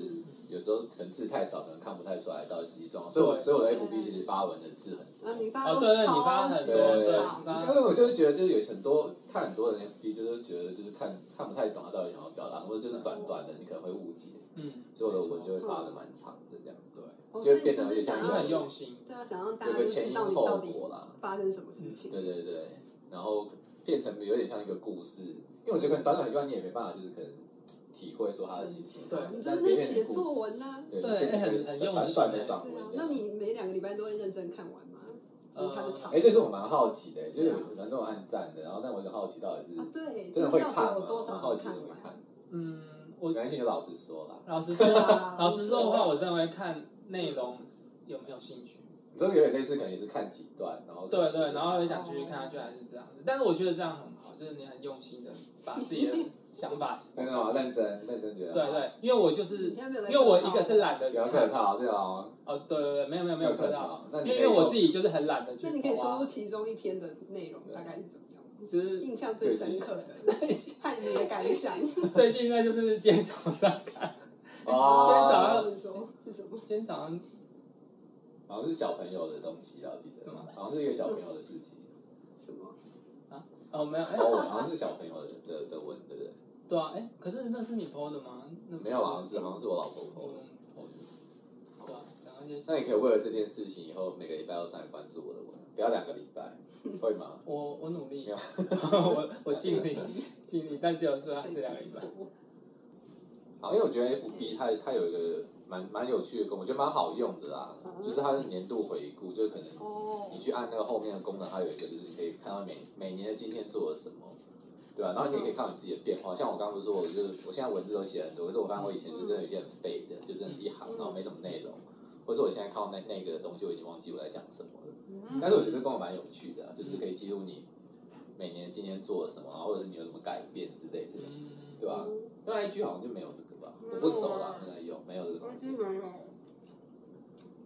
[SPEAKER 1] 有时候可能字太少，可能看不太出来到底实际状况。所以我所以我的 FB 其实发文的字很多。
[SPEAKER 3] 啊，你发
[SPEAKER 2] 哦，
[SPEAKER 3] 都
[SPEAKER 2] 对对，你
[SPEAKER 3] 超
[SPEAKER 2] 发很
[SPEAKER 3] 级
[SPEAKER 2] 多，
[SPEAKER 1] 对
[SPEAKER 2] 对
[SPEAKER 3] 长，
[SPEAKER 2] 发
[SPEAKER 1] 因为我就是觉得，就是有很多看很多人 FB，就是觉得就是看看不太懂他到底想要表达，或者就是短短的，你可能会误解，
[SPEAKER 2] 嗯，
[SPEAKER 1] 所以我的文就会发的蛮长的这样。对。
[SPEAKER 3] 哦
[SPEAKER 1] 就
[SPEAKER 3] 所
[SPEAKER 1] 会
[SPEAKER 3] 以
[SPEAKER 1] 变
[SPEAKER 3] 你
[SPEAKER 1] 得
[SPEAKER 3] 就是想
[SPEAKER 1] 像一
[SPEAKER 2] 你
[SPEAKER 1] 个
[SPEAKER 3] 要
[SPEAKER 2] 很用心，
[SPEAKER 3] 对啊，想让大
[SPEAKER 1] 有
[SPEAKER 3] 家
[SPEAKER 1] 个
[SPEAKER 3] 就
[SPEAKER 1] 前
[SPEAKER 3] 知
[SPEAKER 1] 因
[SPEAKER 3] 道你
[SPEAKER 1] 后
[SPEAKER 3] 到底
[SPEAKER 1] 果嗯啦。
[SPEAKER 3] 发生什么事情。
[SPEAKER 1] 对对对，然后变成有点像一个故事，因为我觉得可能短短一段你也没办法，就是可能体会说他的心情。
[SPEAKER 2] 对
[SPEAKER 3] 你啊就
[SPEAKER 1] 但
[SPEAKER 3] 是
[SPEAKER 1] 变成一
[SPEAKER 3] 写
[SPEAKER 1] 个故
[SPEAKER 3] 作文呐，
[SPEAKER 1] 对，
[SPEAKER 2] 对
[SPEAKER 1] 变成一
[SPEAKER 2] 哎很
[SPEAKER 1] 个
[SPEAKER 2] 很用
[SPEAKER 1] 短
[SPEAKER 2] 心
[SPEAKER 1] 短
[SPEAKER 2] 哎
[SPEAKER 1] 的短
[SPEAKER 3] 对
[SPEAKER 1] 文
[SPEAKER 3] 啊，
[SPEAKER 1] 这
[SPEAKER 3] 那
[SPEAKER 1] 样。
[SPEAKER 3] 你每两个礼拜都会认真看完吗？就是它的长
[SPEAKER 1] 哎，这是我蛮好奇的，就是有蛮多人按赞的，然后但我很好奇到底是
[SPEAKER 3] 啊，对，
[SPEAKER 1] 真
[SPEAKER 3] 就
[SPEAKER 1] 的
[SPEAKER 3] 是
[SPEAKER 1] 会
[SPEAKER 3] 到
[SPEAKER 1] 看吗？
[SPEAKER 3] 底有多
[SPEAKER 1] 蛮
[SPEAKER 3] 少
[SPEAKER 1] 好
[SPEAKER 3] 人
[SPEAKER 1] 奇的
[SPEAKER 3] 看
[SPEAKER 1] 会
[SPEAKER 3] 完？
[SPEAKER 1] 看，
[SPEAKER 2] 嗯，
[SPEAKER 1] 没
[SPEAKER 2] 我
[SPEAKER 1] 关系，就老实说啦。
[SPEAKER 2] 老实说，
[SPEAKER 3] 啊
[SPEAKER 2] 老实说的话，我认为看内容有没有兴趣，
[SPEAKER 1] 你说有点类似，可能也是看几段，然后
[SPEAKER 2] 对对，然后会想继续看下去，还是这样子。但是我觉得这样很好，就是你很用心的把自己的想法，
[SPEAKER 1] 没
[SPEAKER 2] 对
[SPEAKER 1] 有啊认真认真觉得，
[SPEAKER 2] 对，因为我就
[SPEAKER 3] 你
[SPEAKER 2] 是
[SPEAKER 3] 现在没有
[SPEAKER 2] 因
[SPEAKER 3] 在
[SPEAKER 2] 为我一个是懒得
[SPEAKER 1] 不要客
[SPEAKER 2] 看，
[SPEAKER 1] 套，对啊，
[SPEAKER 2] 哦，对对对，没有没有没有
[SPEAKER 1] 客
[SPEAKER 2] 看到，，
[SPEAKER 1] 那
[SPEAKER 2] 因
[SPEAKER 1] 你
[SPEAKER 2] 为
[SPEAKER 1] 可以
[SPEAKER 2] 因为我
[SPEAKER 1] 用
[SPEAKER 2] 自己就是很懒得去
[SPEAKER 3] 那你可以说
[SPEAKER 2] 花
[SPEAKER 3] 出其中一篇的内容大概是怎么样？
[SPEAKER 2] 就是
[SPEAKER 3] 印象最深刻的， 和你的感想。今
[SPEAKER 2] 最近那就是今天早上 看，
[SPEAKER 1] 哦
[SPEAKER 2] 今天早上
[SPEAKER 3] 说是什么？
[SPEAKER 2] 今天早上
[SPEAKER 1] 好像是小朋友的东西啊，我记得
[SPEAKER 2] 什么，
[SPEAKER 1] 好像是一个小朋友的事情。
[SPEAKER 3] 什么？
[SPEAKER 2] 哦没有，哎
[SPEAKER 1] 哦，我好像是小朋友的的的文，对不对？
[SPEAKER 2] 对啊，哎，可是那是你 PO 的吗？那
[SPEAKER 1] 没有啊，好像是好像是我老婆 PO 的。
[SPEAKER 2] 好吧，讲到一些
[SPEAKER 1] 那你可以为了这件事情，以后每个礼拜都上来关注我的文，不要两个礼拜，会 吗？
[SPEAKER 2] 我我努力
[SPEAKER 1] 没有，
[SPEAKER 2] 我我尽力尽力，但只有说这两个礼拜。
[SPEAKER 1] 好，因为我觉得 FB 它它有一个蛮蛮有趣的功能，我觉得蛮好用的啦，就是它的年度回顾，就是可能
[SPEAKER 3] 哦
[SPEAKER 1] 你，去按那个后面的功能，它有一个就是你可以看到每每年的今天做了什么，对吧、然后你也可以看到你自己的变化。像我刚刚不是说，我就是我现在文字都写很多，可是我发现我以前就真的有些很废的，就真的一行，然后没什么内容，或者是我现在看到那那个东西，我已经忘记我在讲什么了。
[SPEAKER 3] 嗯
[SPEAKER 1] 但是我觉得这功能蛮有趣的啊、就是可以记录你每年今天做了什么，然后或者是你有什么改变之类的，
[SPEAKER 2] 嗯，
[SPEAKER 1] 对吧、那 IG 好像就没有这个吧，我不熟啦，现在有没有这个东西？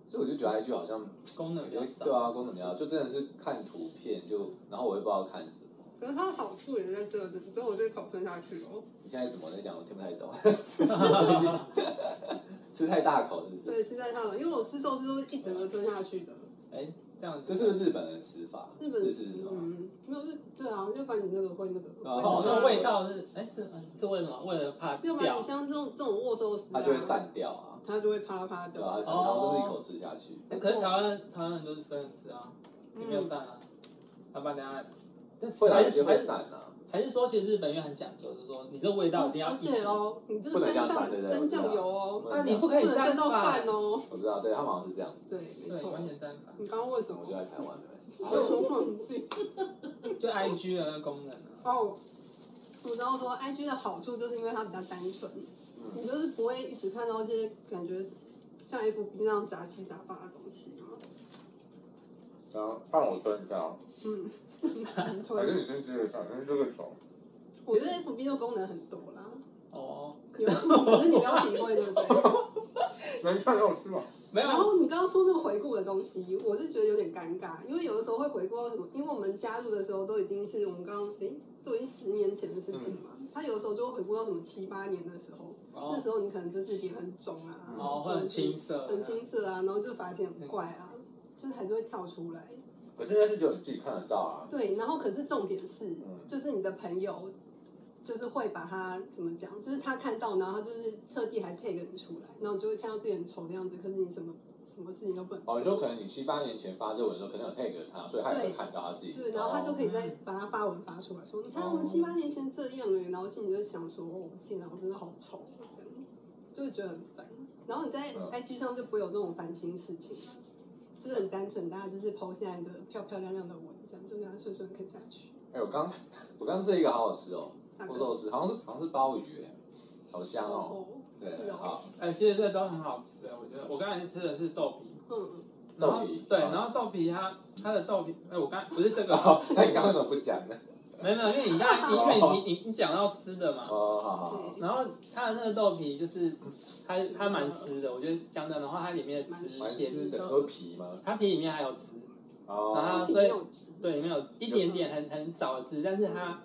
[SPEAKER 1] 所以我就觉得 IG 好像
[SPEAKER 2] 功能比较
[SPEAKER 1] 对
[SPEAKER 2] 少。
[SPEAKER 1] 啊，功能比较就真的是看图片就，然后我也不知道看什么。
[SPEAKER 3] 可是它的好处也在这里，所以我就考分下去了。
[SPEAKER 1] 你现在怎么在讲？我听不太 懂。吃太大口是不是？
[SPEAKER 3] 对，现在看了，因为我吃寿司都是一整个吞下去的。
[SPEAKER 2] 哎，这样
[SPEAKER 1] 这
[SPEAKER 2] 子
[SPEAKER 1] 是不是日本人吃法？
[SPEAKER 3] 日本
[SPEAKER 1] 日式是吗？
[SPEAKER 3] 嗯，没有，就对啊，要不然你那个会那个，
[SPEAKER 2] 哦
[SPEAKER 1] 哦，
[SPEAKER 2] 那味道是哎是是为什么？为了怕
[SPEAKER 3] 要不然你
[SPEAKER 2] 掉。
[SPEAKER 3] 像这种这种握寿司，
[SPEAKER 1] 它就会，散掉啊，
[SPEAKER 3] 它就会啪啦啪啦
[SPEAKER 1] 对啊吧、
[SPEAKER 3] 掉下
[SPEAKER 1] 然
[SPEAKER 3] 来。
[SPEAKER 1] 后就是一口吃下去。
[SPEAKER 2] 哦哎可是台湾台湾人都是分着吃啊，
[SPEAKER 3] 嗯
[SPEAKER 2] 也没有散啊。老板等一下，但是
[SPEAKER 1] 会啊，
[SPEAKER 2] 还
[SPEAKER 1] 有些
[SPEAKER 2] 是
[SPEAKER 1] 会
[SPEAKER 2] 还是
[SPEAKER 1] 散啊。
[SPEAKER 2] 还是说，其实日本因为很讲究，就是说你这味道一定要
[SPEAKER 3] 而
[SPEAKER 2] 一起
[SPEAKER 3] 且。哦，你这个
[SPEAKER 1] 不能
[SPEAKER 3] 沾
[SPEAKER 1] 这样
[SPEAKER 3] 酱
[SPEAKER 1] 散对不对
[SPEAKER 3] 沾酱油哦，
[SPEAKER 2] 那啊你不可以
[SPEAKER 3] 不能沾到
[SPEAKER 2] 饭
[SPEAKER 3] 饭哦。
[SPEAKER 1] 啊我知道，对他们好像是这样。
[SPEAKER 3] 对，没
[SPEAKER 2] 对，
[SPEAKER 3] 错
[SPEAKER 2] 完。全沾法。
[SPEAKER 3] 你刚刚问什么
[SPEAKER 1] 我？就在台湾的。
[SPEAKER 3] 我忘记。
[SPEAKER 2] 就 IG 的那个功能啊。
[SPEAKER 3] 哦，我知道说 IG 的好处就是因为它比较单纯，
[SPEAKER 2] 嗯
[SPEAKER 3] 你就是不会一直看到一些感觉像 FB 那样杂七杂八的东西嘛。
[SPEAKER 1] 然后让我吞一下，
[SPEAKER 3] 嗯， 没错
[SPEAKER 4] 还。是你先接着讲，因为这个手。
[SPEAKER 3] 我觉得 FB 的功能很多 啦，
[SPEAKER 2] 哦，
[SPEAKER 3] 可是可是你不要体会，对不对？
[SPEAKER 4] 没事，让我吃吧。
[SPEAKER 2] 没
[SPEAKER 3] 然
[SPEAKER 2] 有，
[SPEAKER 3] 后你刚刚说那个回顾的东西，我是觉得有点尴尬，因为有的时候会回顾到什么，因为我们加入的时候都已经是我们刚诶、都已经十年前的事情嘛。他有的时候就会回顾到什么七八年的时候，那
[SPEAKER 2] 嗯哦，
[SPEAKER 3] 时候你可能就是脸很肿啊，
[SPEAKER 2] 哦，会很青涩，
[SPEAKER 3] 很青涩啊，然后就发现很怪啊，就是还是会跳出来。
[SPEAKER 1] 可是那是只有你自己看得到啊。
[SPEAKER 3] 对，然后可是重点是，
[SPEAKER 1] 嗯
[SPEAKER 3] 就是你的朋友，就是会把他怎么讲，就是他看到，然后他就是特地还 tag 你出来，然后你就会看到自己很丑的样子，可是你什么什么事情都不能
[SPEAKER 1] 哦，
[SPEAKER 3] 做。
[SPEAKER 1] 你说可能你七八年前发这文的时候，可能有 tag 了他，所以他也会看到他自己。
[SPEAKER 3] 对，然后他就可以
[SPEAKER 1] 哦
[SPEAKER 3] 再把它发文发出来，说你看我们七八年前这样哎，然后心里就想说，哦，天哪，我真的好丑，哦这样，就会觉得很烦。然后你在
[SPEAKER 1] 嗯
[SPEAKER 3] IG 上就不会有这种烦心事情，就是很单纯，大家就是 PO 下来的漂漂亮亮的文，这样就这样顺顺看下去。
[SPEAKER 1] 哎、我刚我刚吃一个好好吃哦，
[SPEAKER 3] 大
[SPEAKER 1] 红
[SPEAKER 3] 哥
[SPEAKER 1] 寿司，好像是好像是鲍鱼，哎，好香哦。
[SPEAKER 3] 哦，
[SPEAKER 1] 对，
[SPEAKER 3] 是哦
[SPEAKER 1] 好，
[SPEAKER 2] 哎，其实这都很好吃，啊我觉得。我刚才吃的是豆皮，
[SPEAKER 3] 嗯，
[SPEAKER 2] 然后
[SPEAKER 1] 豆皮
[SPEAKER 2] 对，
[SPEAKER 1] 嗯
[SPEAKER 2] 然后豆皮它它的豆皮，哎，我刚不是这个，
[SPEAKER 1] 哦那你刚刚为什么不讲呢？
[SPEAKER 2] 没有没有，因为你刚才因为你你你讲到吃的嘛，
[SPEAKER 1] 哦，好好好，
[SPEAKER 3] 对，
[SPEAKER 2] 然后它的那个豆皮就是它它蛮湿的，我觉得讲真的，然后它里面的汁
[SPEAKER 1] 蛮
[SPEAKER 2] 鲜，
[SPEAKER 1] 湿的，喝皮吗？
[SPEAKER 2] 它皮里面还有汁，然
[SPEAKER 1] 哦
[SPEAKER 2] 后，
[SPEAKER 3] 一定有值，
[SPEAKER 2] 对，里面有一点点很很少的汁，但是它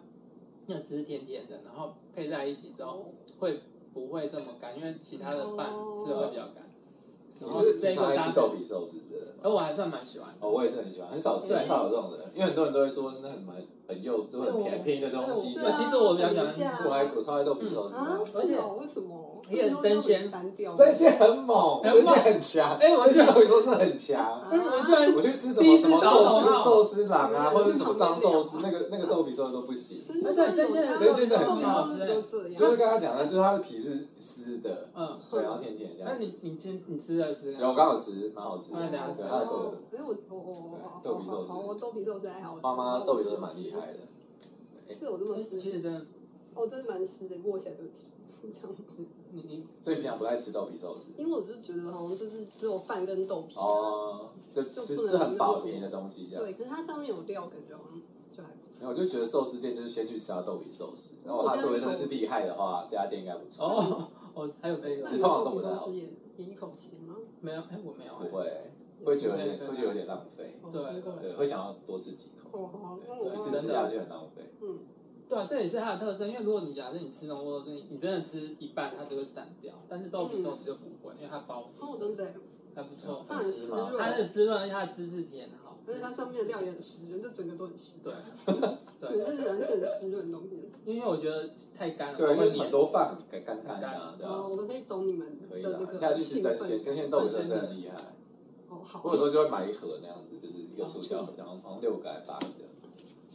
[SPEAKER 2] 那个汁甜甜的，然后配在一起之后会不会这么干？因为其他的饭
[SPEAKER 3] 哦
[SPEAKER 2] 吃的会比较干。
[SPEAKER 1] 你
[SPEAKER 2] 然后
[SPEAKER 1] 是
[SPEAKER 2] 这
[SPEAKER 1] 平常
[SPEAKER 2] 个
[SPEAKER 1] 爱
[SPEAKER 2] 搭
[SPEAKER 1] 吃
[SPEAKER 2] 配
[SPEAKER 1] 豆，皮寿司的？
[SPEAKER 2] 而我还算蛮喜欢的。
[SPEAKER 1] 哦，我也是很喜欢，很少
[SPEAKER 3] 对
[SPEAKER 1] 很少有这种人，因为很多人都会说那什么很幼稚，很
[SPEAKER 2] 哎
[SPEAKER 1] 便
[SPEAKER 2] 我
[SPEAKER 1] 宜的东西。
[SPEAKER 2] 对
[SPEAKER 1] 但
[SPEAKER 2] 其实我比较喜欢
[SPEAKER 1] 我还我超爱豆皮寿司的
[SPEAKER 3] 啊，，
[SPEAKER 2] 而
[SPEAKER 3] 是
[SPEAKER 2] 且
[SPEAKER 3] 哦，为什么？
[SPEAKER 2] 而且真鲜
[SPEAKER 3] 单调，
[SPEAKER 1] 这些很猛，
[SPEAKER 2] 很
[SPEAKER 1] 这
[SPEAKER 2] 猛
[SPEAKER 1] 些很强，
[SPEAKER 2] 哎我
[SPEAKER 1] 这些豆皮寿司很 强。
[SPEAKER 3] 啊
[SPEAKER 2] 哎，我居然
[SPEAKER 1] 我去吃什
[SPEAKER 2] 第
[SPEAKER 1] 么
[SPEAKER 2] 一次
[SPEAKER 1] 什么
[SPEAKER 2] 搞
[SPEAKER 1] 寿
[SPEAKER 2] 懂
[SPEAKER 1] 司
[SPEAKER 2] 了
[SPEAKER 1] 寿司郎啊，
[SPEAKER 3] 嗯
[SPEAKER 1] 或者是什么藏寿司，那个那个豆皮寿司都不行。
[SPEAKER 3] 真的，
[SPEAKER 2] 对真鲜的
[SPEAKER 1] 真鲜的很
[SPEAKER 2] 好吃
[SPEAKER 3] 都这样，
[SPEAKER 1] 就是刚刚讲的，就是它的皮是湿的，
[SPEAKER 2] 嗯，
[SPEAKER 1] 对，然后甜甜这
[SPEAKER 2] 那
[SPEAKER 1] 样。
[SPEAKER 2] 你你吃你吃的吃？
[SPEAKER 1] 然后我刚好吃，蛮好吃的，
[SPEAKER 2] 哎等一下
[SPEAKER 1] 对，
[SPEAKER 2] 吃
[SPEAKER 1] 它的寿司
[SPEAKER 3] 可是我我我
[SPEAKER 1] 豆皮寿司
[SPEAKER 3] 好，我豆皮寿司还好。
[SPEAKER 1] 妈妈豆皮都是蛮厉害的。
[SPEAKER 3] 哎是我这么湿
[SPEAKER 2] 哎其，实真的，
[SPEAKER 3] 我真的蛮湿的，握起来都湿，是这样。
[SPEAKER 2] 你你
[SPEAKER 1] 所以平常不爱吃豆皮寿司。
[SPEAKER 3] 因为我就觉得好像就是只有饭跟豆
[SPEAKER 2] 嗯
[SPEAKER 3] 皮，啊
[SPEAKER 1] 哦，就吃吃很饱便宜的东西这样。
[SPEAKER 3] 对，可是它上面有料，感觉好像就还不
[SPEAKER 1] 然后
[SPEAKER 3] 错。
[SPEAKER 1] 我就觉得寿司店就是先去吃它豆皮寿司，然后它做的真的是厉害的话，这家店应该不错。
[SPEAKER 2] 哦哦，还有这
[SPEAKER 3] 那
[SPEAKER 2] 个
[SPEAKER 1] 只
[SPEAKER 3] 你
[SPEAKER 1] 通常
[SPEAKER 3] 豆
[SPEAKER 1] 都
[SPEAKER 3] 皮
[SPEAKER 1] 不太
[SPEAKER 3] 寿
[SPEAKER 1] 好
[SPEAKER 3] 司
[SPEAKER 1] 吃
[SPEAKER 3] 也也一口鲜吗？
[SPEAKER 2] 没有？哎，我没有
[SPEAKER 1] 不
[SPEAKER 2] 哎。
[SPEAKER 1] 会，会觉得有点，会觉得有点浪费。
[SPEAKER 2] 对
[SPEAKER 1] 对，会想要多吃几口，
[SPEAKER 3] 哦，好，那
[SPEAKER 1] 对，一
[SPEAKER 3] 我
[SPEAKER 1] 直吃下去很浪费。
[SPEAKER 3] 嗯，
[SPEAKER 2] 对啊，这也是它的特色，因为如果你假设你吃浓锅，你你真的吃一半，它就会散掉，但是豆皮
[SPEAKER 3] 嗯
[SPEAKER 2] 寿司就不会，因为它包
[SPEAKER 3] 哦，
[SPEAKER 2] 住，
[SPEAKER 3] 真的耶，
[SPEAKER 2] 还不错。
[SPEAKER 3] 它很湿润，
[SPEAKER 2] 它的湿润，而且它的汁是甜，好
[SPEAKER 3] 而且
[SPEAKER 2] 吃。
[SPEAKER 3] 嗯它上面的料也很湿润，就整个都很湿。
[SPEAKER 2] 对
[SPEAKER 3] 我就
[SPEAKER 2] 对，
[SPEAKER 3] 喜欢吃很湿润的东西。
[SPEAKER 2] 因为我觉得太干了，
[SPEAKER 1] 对，因
[SPEAKER 2] 会
[SPEAKER 1] 为
[SPEAKER 2] 黏
[SPEAKER 1] 很。多饭很干干干啊，对
[SPEAKER 3] 哦，
[SPEAKER 1] 吧？
[SPEAKER 3] 我都可以懂你们
[SPEAKER 1] 可以
[SPEAKER 3] 的那
[SPEAKER 1] 的，
[SPEAKER 3] 个
[SPEAKER 1] 下去吃
[SPEAKER 3] 兴
[SPEAKER 1] 真
[SPEAKER 3] 奋
[SPEAKER 1] 鲜，真鲜豆皮真的很厉害。
[SPEAKER 3] 哦，好。
[SPEAKER 1] 我有时候就会买一盒那样子，就是一个塑胶盒，然后好像六个还八个。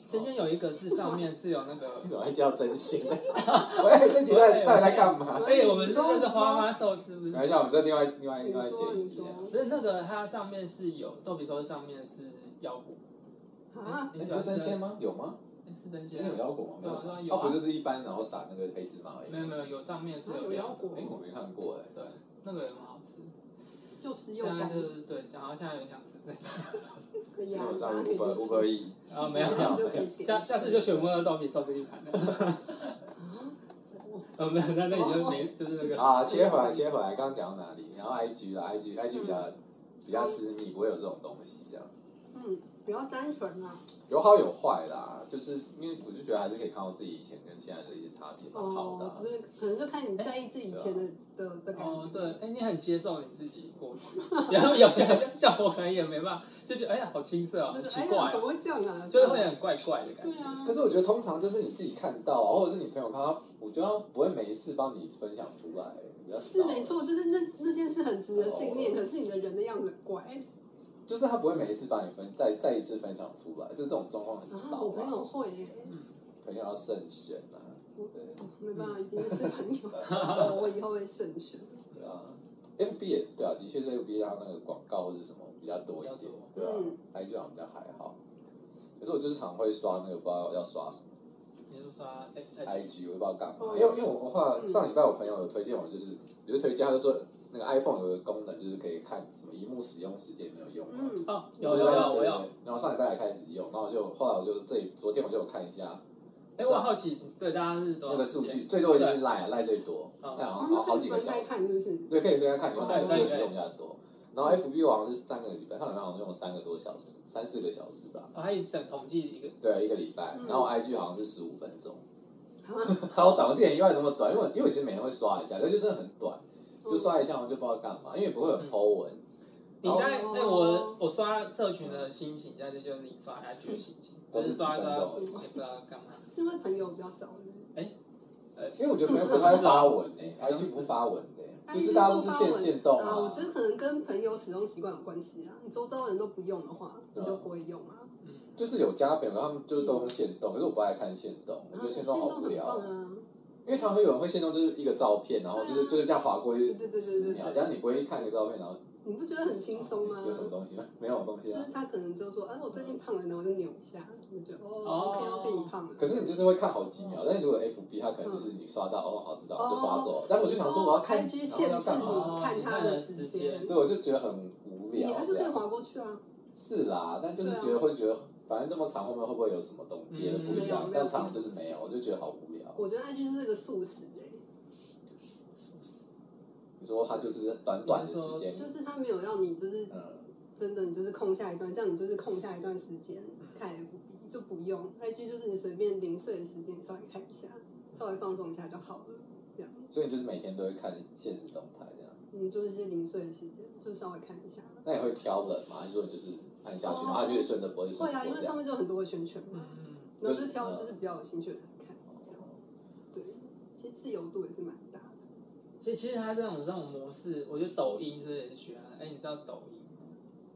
[SPEAKER 2] 中间有一个是上面是有那个
[SPEAKER 1] 哦 为，什么会叫真心？ 喂，这几个人到底在干嘛？
[SPEAKER 2] 哎，我们这个是花花寿司，不
[SPEAKER 1] 没
[SPEAKER 2] 是
[SPEAKER 1] 关系，我们这另外另外
[SPEAKER 3] 你
[SPEAKER 1] 另外
[SPEAKER 3] 说
[SPEAKER 1] 剪一
[SPEAKER 3] 你
[SPEAKER 1] 集
[SPEAKER 3] 说
[SPEAKER 1] 啊。
[SPEAKER 2] 不是那个，它上面是有豆皮寿司，上面是腰果。
[SPEAKER 3] 啊，
[SPEAKER 1] 你说哎真鲜吗？有吗？
[SPEAKER 2] 哎是真
[SPEAKER 1] 真的有
[SPEAKER 2] 鲜。
[SPEAKER 1] 腰果吗？没有
[SPEAKER 2] 有啊
[SPEAKER 1] 吧，
[SPEAKER 2] 有
[SPEAKER 1] 它
[SPEAKER 2] 啊
[SPEAKER 1] 不就是一般然后撒那个黑芝麻而已
[SPEAKER 2] 没有没
[SPEAKER 1] 吗？
[SPEAKER 2] 有，有上面是
[SPEAKER 3] 啊
[SPEAKER 2] 有
[SPEAKER 3] 有
[SPEAKER 2] 料
[SPEAKER 3] 腰
[SPEAKER 2] 的，
[SPEAKER 3] 果
[SPEAKER 1] 哎，我没看过哎。
[SPEAKER 2] 对，那个也很好吃。
[SPEAKER 3] 就是
[SPEAKER 2] 现
[SPEAKER 3] 又
[SPEAKER 2] 在
[SPEAKER 3] 干
[SPEAKER 2] 就是对，讲到现在有点想吃这些，
[SPEAKER 3] 可以
[SPEAKER 1] 因
[SPEAKER 3] 啊
[SPEAKER 1] 为，我
[SPEAKER 3] 大
[SPEAKER 1] 上
[SPEAKER 3] 家可以
[SPEAKER 1] 五百五百
[SPEAKER 3] 去
[SPEAKER 1] 亿，
[SPEAKER 2] 然哦后没有
[SPEAKER 3] 吃，，
[SPEAKER 1] 没
[SPEAKER 3] 就可以点
[SPEAKER 2] 下下次就选不到豆皮寿司一盘了。
[SPEAKER 3] 啊
[SPEAKER 2] 呃，没有，那那你就没就是那个，
[SPEAKER 3] 哦
[SPEAKER 1] 啊，切回来，切回来，刚刚讲到哪里？然后 IG 啦，IG IG 比较比较私密，不会有这种东西这样，
[SPEAKER 3] 嗯，不要单纯啊，
[SPEAKER 1] 有好有坏啦，就是因为我就觉得还是可以看到自己以前跟现在的一些差别，蛮好的啊
[SPEAKER 3] 哦，。就是可能就看你在意自己以前的
[SPEAKER 1] 啊
[SPEAKER 3] 的的感
[SPEAKER 2] 哦
[SPEAKER 3] 觉，，
[SPEAKER 2] 对，哎，你很接受你自己过去， 然后有些人像我可能也没办法，就觉得哎呀好青涩哦，很
[SPEAKER 3] 就是哎
[SPEAKER 2] 奇
[SPEAKER 3] 呀，
[SPEAKER 2] 怪
[SPEAKER 3] 怎
[SPEAKER 2] 哦，
[SPEAKER 3] 么会这样啊？
[SPEAKER 2] 就是会很怪怪的感
[SPEAKER 3] 对
[SPEAKER 2] 觉。
[SPEAKER 3] 啊，
[SPEAKER 1] 可是我觉得通常就是你自己看到啊，或者是你朋友看到，我觉得他不会每一次帮你分享出来，比较
[SPEAKER 3] 是
[SPEAKER 1] 少。
[SPEAKER 3] 没，错，就是那那件事很值得纪念，
[SPEAKER 1] 哦
[SPEAKER 3] 可是你的人的样子很怪。
[SPEAKER 1] 就是他不会每一次帮你分再再一次分享出来，就这种状况很少
[SPEAKER 3] 啊，我朋
[SPEAKER 1] 啊。
[SPEAKER 3] 友会耶，
[SPEAKER 2] 嗯，
[SPEAKER 1] 朋友要慎选啊，对
[SPEAKER 3] 哦没办法，已经是朋 友了，我以后会慎选。
[SPEAKER 1] 对啊。F B 也对啊，的确是 F B 它那个广告或者什么比较多一
[SPEAKER 2] 比较
[SPEAKER 1] 点
[SPEAKER 2] 多，
[SPEAKER 1] 对啊
[SPEAKER 3] 嗯
[SPEAKER 1] ，I G 好像比较还好。可是我就是常会刷那个，不知道要刷什么
[SPEAKER 2] 你是说哎哎
[SPEAKER 1] I G，我也不知道干嘛。
[SPEAKER 3] 哦
[SPEAKER 1] 因为因为我后来
[SPEAKER 3] 嗯
[SPEAKER 1] 上礼拜我朋友有推荐我，就是有就推荐，他就说那个 iPhone 有个功能，就是可以看什么荧幕使用时间没有用嘛。
[SPEAKER 3] 嗯，
[SPEAKER 2] 哦，
[SPEAKER 1] 对
[SPEAKER 2] 有有有，我有
[SPEAKER 1] 对。对然后上礼拜才开始用，然后我就后来我就这里昨天我就有看一下
[SPEAKER 2] 哎，我好奇，对啊大家是多
[SPEAKER 1] 那
[SPEAKER 2] 少
[SPEAKER 1] 个
[SPEAKER 2] 时
[SPEAKER 1] 数
[SPEAKER 2] 间？
[SPEAKER 1] 据，最多就是赖赖最多，
[SPEAKER 2] 嗯
[SPEAKER 1] 赖好像好
[SPEAKER 3] 哦那
[SPEAKER 1] 好
[SPEAKER 3] 可
[SPEAKER 1] 几
[SPEAKER 3] 以
[SPEAKER 1] 个
[SPEAKER 3] 分
[SPEAKER 1] 小
[SPEAKER 3] 开
[SPEAKER 1] 时。
[SPEAKER 3] 看，是不是？
[SPEAKER 1] 对，可以跟他看，你们
[SPEAKER 2] 哦
[SPEAKER 1] 看
[SPEAKER 2] 对
[SPEAKER 1] 社
[SPEAKER 2] 对
[SPEAKER 1] 群
[SPEAKER 2] 对
[SPEAKER 1] 用比较多。然后 FB 好像是三个礼拜，上礼拜好像用了三个多小时，三四个小时吧。
[SPEAKER 2] 哦，它一整统计一个，
[SPEAKER 1] 对，一个礼拜。
[SPEAKER 3] 嗯
[SPEAKER 1] 然后 IG 好像是十五分钟，
[SPEAKER 3] 啊
[SPEAKER 1] 超短。我之前意外怎么短，因为我因为我其实每天会刷一下，可是就真的很短，就
[SPEAKER 3] 嗯
[SPEAKER 1] 刷一下，我就不知道干嘛，因为也不会有 po 文。
[SPEAKER 2] 你大概
[SPEAKER 3] 哦
[SPEAKER 2] 那我我刷社群的心情，但是就是你刷 IG 的心情，
[SPEAKER 1] 都
[SPEAKER 2] 就是是刷
[SPEAKER 1] 嗯几分
[SPEAKER 2] 刷也
[SPEAKER 1] 钟
[SPEAKER 2] 不知道干嘛。
[SPEAKER 3] 是因为朋友比较少，是不是嗯
[SPEAKER 1] 因为我觉得朋友不太发文诶、
[SPEAKER 2] 好像
[SPEAKER 1] i
[SPEAKER 2] 是
[SPEAKER 1] g 不发文的、欸就是大家都是现现动
[SPEAKER 3] 啊，我
[SPEAKER 1] 啊
[SPEAKER 3] 觉。得可能跟朋友使用习惯有关系啊。你周遭人都不用的话，你就不会用啊。
[SPEAKER 2] 嗯，
[SPEAKER 1] 就是有加朋友，他们就是都
[SPEAKER 3] 嗯
[SPEAKER 1] 用现动，可是我不爱看现动，我觉得现动好无
[SPEAKER 3] 啊很棒
[SPEAKER 1] 聊。
[SPEAKER 3] 啊！
[SPEAKER 1] 因为常会有人会现动，就是一个照片，然后就是
[SPEAKER 3] 对啊
[SPEAKER 1] 就是这样划过去
[SPEAKER 3] 对对对对
[SPEAKER 1] 十
[SPEAKER 3] 对
[SPEAKER 1] 秒，
[SPEAKER 3] 对
[SPEAKER 1] 但你不会看一个照片，然后
[SPEAKER 3] 你不觉得很轻松吗？
[SPEAKER 1] 有什么东西吗？没有东
[SPEAKER 3] 嗯就
[SPEAKER 1] 西啊。
[SPEAKER 3] 是他可能就说，哎，我最近胖了，然后我就扭一下，我就哦，OK
[SPEAKER 2] 哦
[SPEAKER 3] OK，你胖了。
[SPEAKER 1] 可是你就是会看好几秒，但是如果 FB 它可能就是你刷到哦好知道
[SPEAKER 3] 嗯哦
[SPEAKER 1] 就刷走了，但我就想说我要看，
[SPEAKER 3] IG
[SPEAKER 1] 然后要
[SPEAKER 3] 限制
[SPEAKER 1] 干嘛？
[SPEAKER 3] 你看他的时间，
[SPEAKER 1] 对，我就觉得很无
[SPEAKER 3] 你
[SPEAKER 1] 聊
[SPEAKER 3] 还
[SPEAKER 1] 这
[SPEAKER 3] 是可以
[SPEAKER 1] 样。
[SPEAKER 3] 划过去啊。
[SPEAKER 1] 是啦，但就是
[SPEAKER 3] 对啊
[SPEAKER 1] 觉得会觉得，反正这么长后面会不会有什么东
[SPEAKER 2] 嗯
[SPEAKER 1] 别的不一样
[SPEAKER 3] 没有？没有
[SPEAKER 1] 但长就是没有，我就觉得好无聊。
[SPEAKER 3] 我觉得 IG 就是个速食哎，
[SPEAKER 1] 你说它就是短短的时间，
[SPEAKER 3] 就是他没有让你就是
[SPEAKER 1] 嗯，
[SPEAKER 3] 真的，你就是空下一段，这样你就是空下一段时间
[SPEAKER 2] 嗯
[SPEAKER 3] 看 FB 就不用 IG，就是你随便零碎的时间你稍微看一下，稍微放松一下就好了。这样，
[SPEAKER 1] 所以你就是每天都会看现实动态这样。
[SPEAKER 3] 嗯，就是一些零碎的时间，就稍微看一下。
[SPEAKER 1] 那你会挑人吗？还是说你就是按下去，
[SPEAKER 3] 哦
[SPEAKER 1] 然后它就会顺着播，就顺
[SPEAKER 3] 会
[SPEAKER 1] 着
[SPEAKER 3] 啊，因
[SPEAKER 1] 播
[SPEAKER 3] 为
[SPEAKER 1] 这
[SPEAKER 3] 上
[SPEAKER 1] 样？
[SPEAKER 3] 面就有很多的圈圈
[SPEAKER 2] 嗯
[SPEAKER 3] 嘛，
[SPEAKER 2] 嗯
[SPEAKER 3] 然后就挑就是比较有兴趣的人看。这样
[SPEAKER 1] 哦
[SPEAKER 3] 对，其实自由度也是蛮大的。
[SPEAKER 2] 嗯所以其实它这种这种模式，我觉得抖音是不是也是学它的？哎，你知道抖音吗？